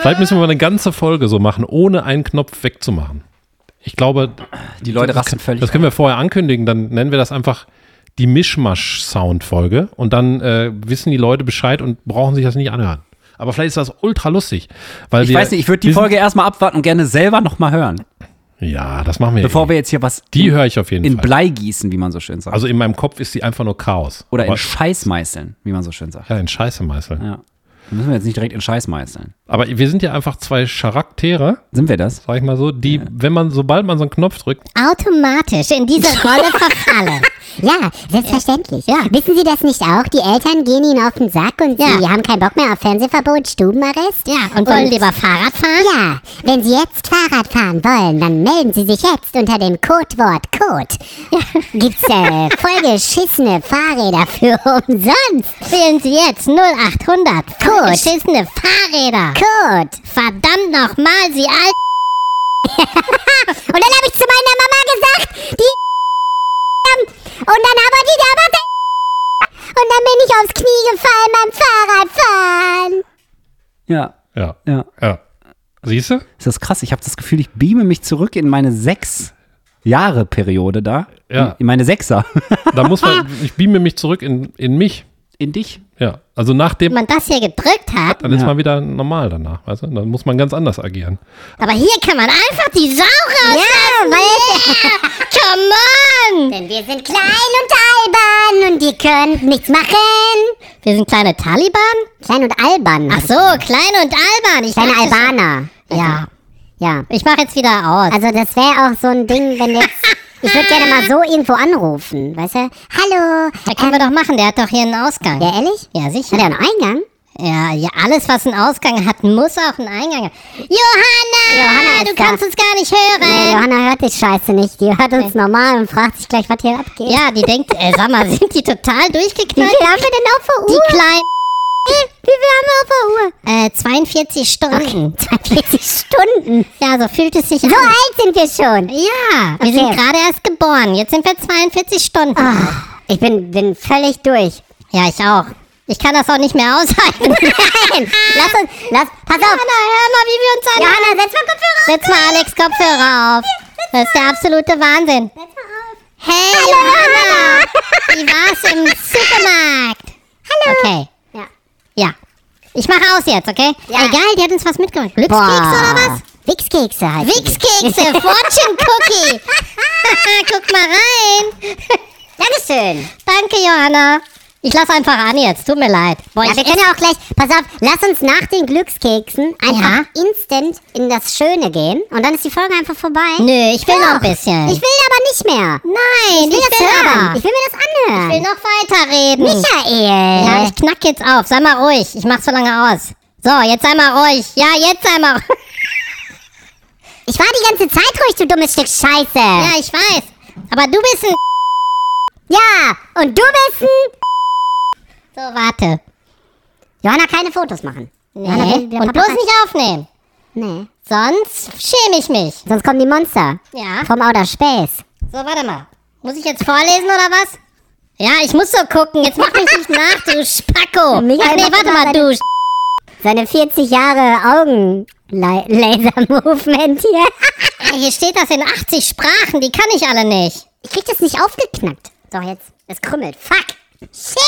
S3: Vielleicht müssen wir mal eine ganze Folge so machen, ohne einen Knopf wegzumachen. Ich glaube,
S4: Die Leute rasten völlig.
S3: das können wir vorher ankündigen, dann nennen wir das einfach die Mischmasch-Sound-Folge und dann äh, wissen die Leute Bescheid und brauchen sich das nicht anhören. Aber vielleicht ist das ultra lustig. Weil
S4: ich
S3: wir,
S4: weiß nicht, ich würde die
S3: wir sind-
S4: Folge erstmal abwarten und gerne selber nochmal hören.
S3: Ja, das machen wir.
S4: Bevor
S3: irgendwie.
S4: wir jetzt hier was
S3: die höre ich auf jeden
S4: in
S3: Fall.
S4: Blei gießen, wie man so schön sagt.
S3: also in meinem Kopf ist die einfach nur Chaos.
S4: Oder in
S3: Aber-
S4: Scheiß meißeln, wie man so schön sagt.
S3: ja, in Scheiße meißeln.
S4: Ja. Da müssen wir jetzt nicht direkt in Scheiß meißeln.
S3: Aber wir sind ja einfach zwei Charaktere,
S4: Sind wir das?
S3: sag ich mal so, die, wenn man, sobald man so einen Knopf drückt,
S7: automatisch in diese Rolle verfallen.
S10: Ja, selbstverständlich. Ja. Wissen Sie das nicht auch? Die Eltern gehen Ihnen auf den Sack und Sie haben keinen Bock mehr auf Fernsehverbot, Stubenarrest.
S7: Ja, und wollen
S10: Und-
S7: lieber Fahrrad fahren?
S10: Ja, wenn Sie jetzt Fahrrad fahren wollen, dann melden Sie sich jetzt unter dem Codewort Code. Gibt's äh, vollgeschissene Fahrräder für umsonst.
S7: Wählen Sie jetzt 0800
S10: Gut.
S7: Beschissene Fahrräder.
S10: Code.
S7: Verdammt nochmal, Sie alt.
S10: Und dann habe ich zu meiner Mama gesagt, die und dann aber die da war und dann bin ich aufs Knie gefallen beim Fahrradfahren.
S4: Ja.
S3: ja.
S4: Ja.
S3: ja. Siehst du?
S4: Ist das krass? Ich habe das Gefühl, ich beame mich zurück in meine sechs Jahre Periode da.
S3: Ja.
S4: In, in meine Sechser.
S3: Da muss man, ich beame mich zurück in, in mich.
S4: In dich?
S3: Ja. Also nachdem
S7: Wenn man das hier gedrückt hat,
S3: Dann ist man wieder normal danach, weißt du? Dann muss man ganz anders agieren.
S7: aber hier kann man einfach die Sau rauslassen. Yeah, come on.
S10: Denn wir sind klein und albern und ihr könnt nichts machen.
S7: Wir sind kleine Taliban?
S10: Klein und albern.
S7: Ach so, klein und albern. Ich
S10: Kleine
S7: dachte schon-
S10: Albaner.
S7: Ja,
S10: Ja.
S7: ich mache jetzt wieder aus.
S10: Also das wäre auch so ein Ding, wenn jetzt. Ich würde gerne mal so irgendwo anrufen, weißt du? Hallo. ähm,
S7: da können wir doch machen, der hat doch hier einen Ausgang.
S10: Ja, ehrlich?
S7: Ja,
S10: Hat
S7: sicher.
S10: er einen Eingang?
S7: Ja, ja, alles, was einen Ausgang hat, muss auch einen Eingang haben. Johanna!
S10: Johanna ist
S7: du
S10: da.
S7: kannst uns gar nicht hören.
S10: Nee, Johanna hört die Scheiße nicht. Die hört uns normal und fragt sich gleich, was hier abgeht.
S7: Ja, die denkt, äh, sag mal, sind die total
S10: Wie
S7: durchgeknallt?
S10: viel haben wir denn auf der
S7: Die
S10: Uhr?
S7: kleinen,
S10: Wie viel haben wir auf
S7: äh, 42 Stunden.
S10: der Uhr? 40 Stunden.
S7: Ja, so fühlt es sich
S10: So
S7: an.
S10: alt sind wir schon.
S7: Ja, wir
S10: Okay.
S7: sind gerade erst geboren. Jetzt sind wir 42 Stunden.
S10: Ich bin, bin völlig durch.
S7: Ja, ich auch. Ich kann das auch nicht mehr aushalten.
S10: Nein, lass uns, lass, pass
S7: Johanna, hör
S10: auf.
S7: mal, wie wir uns an.
S10: Johanna, setz mal Kopfhörer auf.
S7: Setz mal Alex Kopfhörer auf. Das ist der absolute Wahnsinn. Hey, Johanna! Wie war's im Supermarkt? Hallo! Okay.
S10: Ja.
S7: Ja. Ich mache aus jetzt, okay?
S10: Ja.
S7: Egal, die hat uns was mitgebracht. Glückskeks oder
S10: Boah.
S7: was?
S10: Wichskekse halt.
S7: Wixkekse, Fortune Cookie. Guck mal rein.
S10: Dankeschön.
S7: Danke, Johanna.
S11: Ich lass einfach an jetzt, tut mir leid. Boah,
S7: Ja,
S11: ich
S7: wir können ja auch gleich, pass auf, lass uns nach den Glückskeksen einfach instant in das Schöne gehen und dann ist die Folge einfach vorbei.
S11: Nö, ich will noch ein
S7: Doch.
S11: bisschen.
S7: Ich will aber nicht mehr.
S11: Nein,
S7: Ich will das hören.
S11: Ich
S7: Ich will mir das anhören.
S11: will noch weiterreden.
S7: Michael.
S11: Ja, ich knack jetzt auf. Sei mal ruhig. Ich mach so lange aus. So, jetzt sei mal ruhig. Ja, jetzt sei mal ruhig.
S7: ich war die ganze Zeit ruhig, du dummes Stück Scheiße.
S11: Ja, ich weiß. Aber du bist ein...
S7: Ja, und du bist ein...
S11: So, warte.
S7: Johanna, keine Fotos machen.
S11: Nee.
S7: Johanna, will der
S11: Und
S7: Papa
S11: bloß nicht aufnehmen.
S7: Nee.
S11: Sonst schäme ich mich.
S7: Sonst kommen die Monster.
S11: Ja.
S7: Vom Outer Space.
S11: So, warte mal. Muss ich jetzt vorlesen oder was? Ja, ich muss so gucken. Jetzt mach mich nicht nach, du Spacko. Ach nee,
S7: Michael macht
S11: warte mal,
S7: gerade
S11: du. Sch-
S7: Seine 40 Jahre Augen... La- Laser-Movement hier.
S11: Ey, Hier steht das in 80 Sprachen. Die kann ich alle nicht.
S7: Ich krieg das nicht aufgeknackt. Doch, jetzt. Es krümmelt. Fuck. Shit.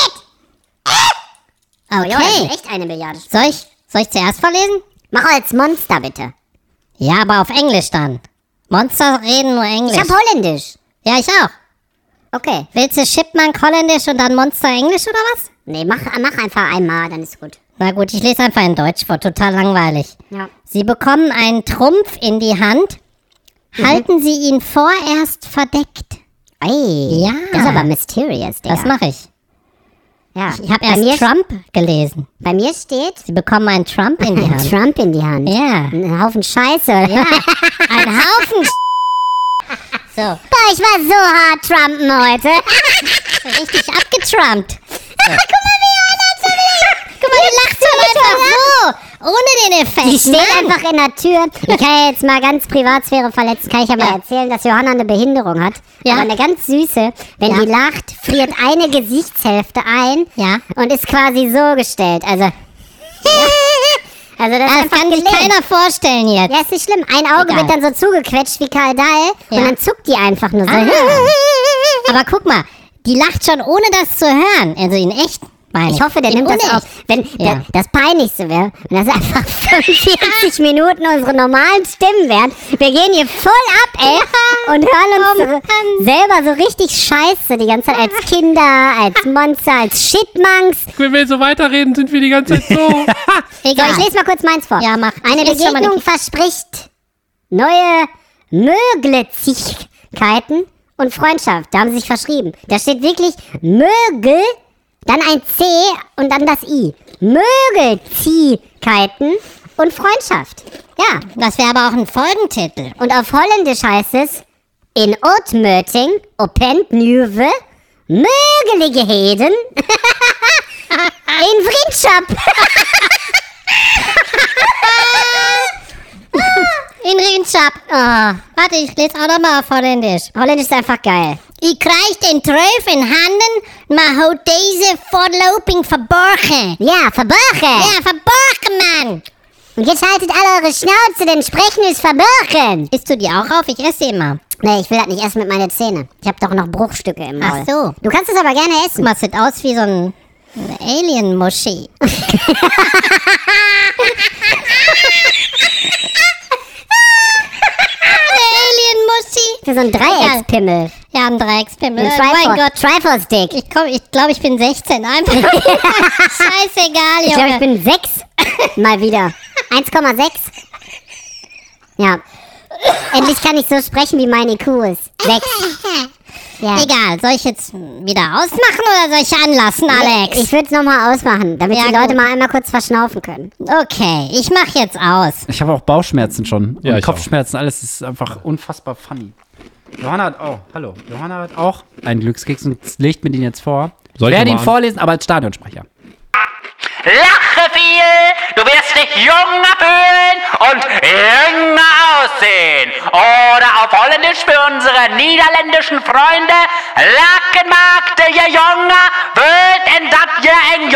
S7: Ja, das ist
S11: Okay.
S7: echt eine Milliarde.
S11: Soll ich, soll ich zuerst vorlesen?
S7: Mach als Monster, bitte.
S11: Ja, aber auf Englisch dann. Monster reden nur
S7: Ich
S11: Englisch.
S7: hab Holländisch.
S11: ja, ich auch.
S7: Okay.
S11: Willst du Shipman Holländisch und dann Monster Englisch oder was?
S7: Nee, mach, mach einfach einmal, dann ist gut.
S11: Na gut, ich lese einfach in Deutsch vor. Total langweilig.
S7: Ja.
S11: Sie bekommen einen Trumpf in die Hand.
S7: Mhm.
S11: Halten Sie ihn vorerst verdeckt.
S7: Ey,
S11: Ja.
S7: das ist aber mysterious, Digga.
S11: Das mache ich.
S7: ja.
S11: Ich habe
S7: bei, mir,
S11: erst Trump gelesen.
S7: bei mir steht
S11: Sie bekommen einen Trump in die
S7: ein
S11: Hand.
S7: Trump in die Hand.
S11: Ja.
S7: Ein Haufen Scheiße. Ja.
S11: Ein Haufen. so,
S7: Boah, ich war so hart Trumpen heute.
S11: richtig abgetrumpt. Guck mal, die lacht schon einfach so. Ohne den Effekt. Ne?
S7: Die steht einfach in der Tür. Ich kann ja jetzt mal ganz Privatsphäre verletzen. Kann ich ja mal
S11: Ja.
S7: erzählen, dass Johanna eine Behinderung hat.
S11: Ja.
S7: Aber eine ganz süße. Wenn
S11: Ja.
S7: die lacht, friert eine Gesichtshälfte ein.
S11: Ja.
S7: Und ist quasi so gestellt. Also. Also das, ist
S11: Das
S7: einfach
S11: kann sich
S7: gelähmt.
S11: keiner vorstellen jetzt.
S7: Ja, ist nicht schlimm. Ein Auge
S11: Egal.
S7: wird dann so zugequetscht wie Karl Dahl
S11: Ja.
S7: und dann zuckt die einfach nur so.
S11: Ah. Aber guck mal, die lacht schon ohne das zu hören. Also in echt, meine
S7: Ich hoffe, der
S11: In
S7: nimmt das
S11: unecht.
S7: auf. Wenn
S11: Ja.
S7: der, das Peinlichste wäre, wenn das einfach 45 Minuten unsere normalen Stimmen wären. Wir gehen hier voll ab, ey. Und hören uns so, selber so richtig scheiße die ganze Zeit als Kinder, als Monster, als Shitmunks.
S3: Wenn wir so weiterreden, sind wir die ganze Zeit so.
S7: So,
S11: Egal.
S7: ich lese mal kurz meins vor.
S11: Ja, mach.
S7: Eine
S11: Ich lese schon mal
S7: Begegnung verspricht neue Möglichkeiten und Freundschaft. Da haben sie sich verschrieben. Da steht wirklich Mögel, dann ein C und dann das I. Möglichkeiten und Freundschaft. Ja.
S11: das wäre aber auch ein Folgentitel.
S7: Und auf Holländisch heißt es in Ootmeuting opent nieuwe Möglichkeiten in Vriendschaft.
S11: In Rienschap. Warte, ich lese auch nochmal auf Holländisch.
S7: Holländisch ist einfach geil.
S11: Ich krijg den Tröf in Handen, maar houdt deze voorlopig verborgen.
S7: Ja, verborgen.
S11: Ja, verborgen, Mann.
S7: Und jetzt haltet alle eure Schnauze, denn Sprechen ist verborgen.
S11: Isst du die auch auf? Ich esse die immer.
S7: Nee, ich will das nicht essen mit meinen Zähnen. Ich habe doch noch Bruchstücke im Maul.
S11: Ach so.
S7: Du kannst es aber gerne
S11: Guck
S7: essen.
S11: mal, es sieht aus wie so ein eine Alien-Muschi. Alien-Muschi.
S7: Für so ein Dreieckspimmel.
S11: Ja, ein Dreieckspimmel.
S7: Ein
S11: Äh,
S7: Trifle-
S11: mein Gott.
S7: Trifle-Stick.
S11: Ich, komm- ich glaube, ich bin 16. Einfach. Scheißegal, Junge.
S7: Ich glaube, ich bin sechs. Mal wieder. 1,6. Ja. Endlich kann ich so sprechen, wie mein IQ ist. Sechs. Ja.
S11: Egal, soll ich jetzt wieder ausmachen oder soll ich anlassen, Alex?
S7: Ich würde es nochmal ausmachen, damit
S11: Ja,
S7: die Leute
S11: gut.
S7: mal einmal kurz verschnaufen können.
S11: okay, ich mach jetzt aus.
S4: Ich habe auch Bauchschmerzen schon.
S3: Ja,
S4: und
S3: ich
S4: Kopfschmerzen, alles ist einfach unfassbar funny. Johanna hat auch, hallo, Johanna hat auch einen Glückskeks und legt mir den jetzt vor.
S3: Soll ich
S4: ich werde
S3: noch
S4: ihn
S3: mal an-
S4: vorlesen, aber als Stadionsprecher.
S1: Lache viel, du wirst dich jünger fühlen und jünger aussehen. Oder auf Holländisch für unsere niederländischen Freunde, Lakenmarkte, je jünger wird en dat je en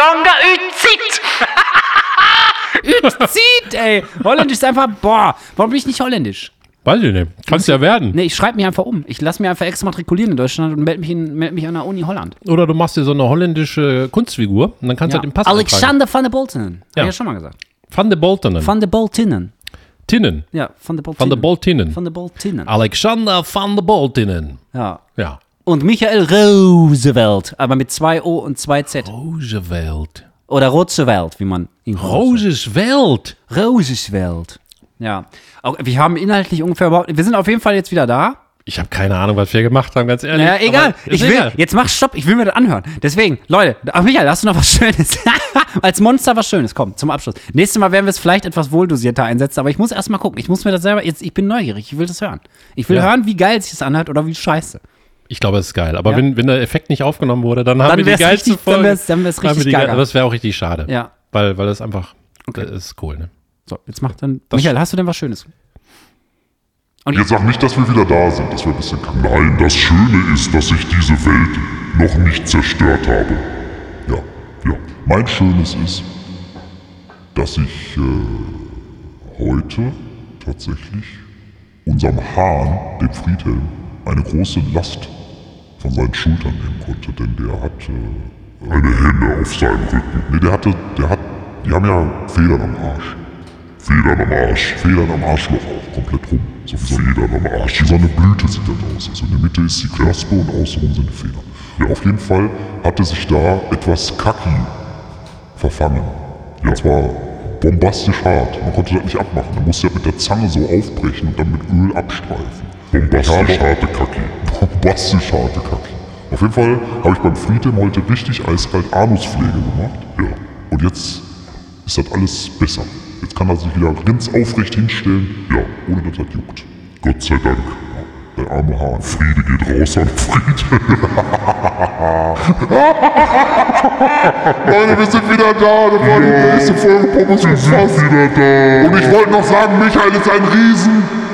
S1: jünger uitziet.
S4: Sieht, ey. Holländisch ist einfach, boah, warum bin ich nicht holländisch?
S3: Weiß ich nicht. Kannst ja werden.
S4: Nee, ich schreibe mich einfach um. Ich lasse mir einfach exmatrikulieren in Deutschland und melde mich, in- meld mich an der Uni Holland.
S3: Oder du machst dir so eine holländische Kunstfigur und dann kannst du halt den Pass eintragen.
S4: Alexander van der Boltenen.
S3: Ja.
S4: Ja. Hab ich ja schon mal gesagt.
S3: Van de Boltenen.
S4: Van der Boltenen.
S3: Tinnen.
S4: Ja, van der Boltenen.
S3: Van de Boltinen.
S4: Van der Boltenen.
S3: Alexander van de Boltinen.
S4: Ja.
S3: Ja.
S4: und Michael Roosevelt, aber mit zwei O und zwei Z.
S3: Roosevelt.
S4: Oder Roosevelt, wie man ihn
S3: Roosevelt.
S4: Roosevelt. Ja. Auch, wir haben inhaltlich ungefähr überhaupt. Wir sind auf jeden Fall jetzt wieder da.
S3: Ich habe keine Ahnung, was wir gemacht haben, ganz ehrlich.
S4: Ja, Äh, egal.
S3: Aber ist
S4: Ich will,
S3: egal.
S4: Jetzt mach Stopp, ich will mir das anhören. Deswegen, Leute, ach Michael, hast du noch was Schönes? Als Monster was Schönes. Komm, zum Abschluss. Nächstes Mal werden wir es vielleicht etwas wohldosierter einsetzen, aber ich muss erstmal gucken. Ich muss mir das selber, jetzt, ich bin neugierig, ich will das hören. Ich will
S3: Ja.
S4: hören, wie geil sich das anhört oder wie scheiße.
S3: Ich glaube, es ist geil. Aber
S4: Ja.
S3: wenn, wenn der Effekt nicht aufgenommen wurde, dann haben
S4: Dann
S3: wir die
S4: wär's
S3: geilste
S4: richtig- dann
S3: Folge.
S4: wär's- dann wär's
S3: Haben wir
S4: richtig
S3: die geil-
S4: gaga.
S3: Aber das wäre auch richtig schade.
S4: Ja.
S3: Weil, weil das einfach, das ist cool, ne?
S4: So, jetzt mach dann. Michael, hast du denn was Schönes?
S8: Jetzt sag nicht, dass wir wieder da sind. Das wäre ein bisschen kacke. Nein, das Schöne ist, dass ich diese Welt noch nicht zerstört habe. Ja, ja. Mein Schönes ist, dass ich äh, heute tatsächlich unserem Hahn, dem Friedhelm, eine große Last von seinen Schultern nehmen konnte, denn der hat äh, eine Henne auf seinem Rücken. Nee, der hatte, der hat, die haben ja Federn am Arsch. Federn am Arsch. Federn am Arschloch auch, komplett rum. So wie so eine Federn am Arsch. Wie so eine Blüte sieht das aus. Also in der Mitte ist die Knospe und außenrum sind Federn. Ja, auf jeden Fall hatte sich da etwas Kaki verfangen. Ja, das war bombastisch hart. Man konnte das nicht abmachen. Man musste das mit der Zange so aufbrechen und dann mit Öl abstreifen. Bombastisch harte Kacke. Bombastisch harte Kacke. Auf jeden Fall habe ich beim Friedhelm heute richtig eiskalt Anuspflege gemacht. Ja. Und jetzt ist das alles besser. Jetzt kann er sich wieder ganz aufrecht hinstellen. Ja, ohne dass das juckt. Gott sei Dank. Ja, Der arme Hahn. Friede geht raus an Friedhelm. Leute, wir sind wieder da. Das war die nächste Folge Pommes und Fass. wieder da. Und ich wollte noch sagen, Michael ist ein riesen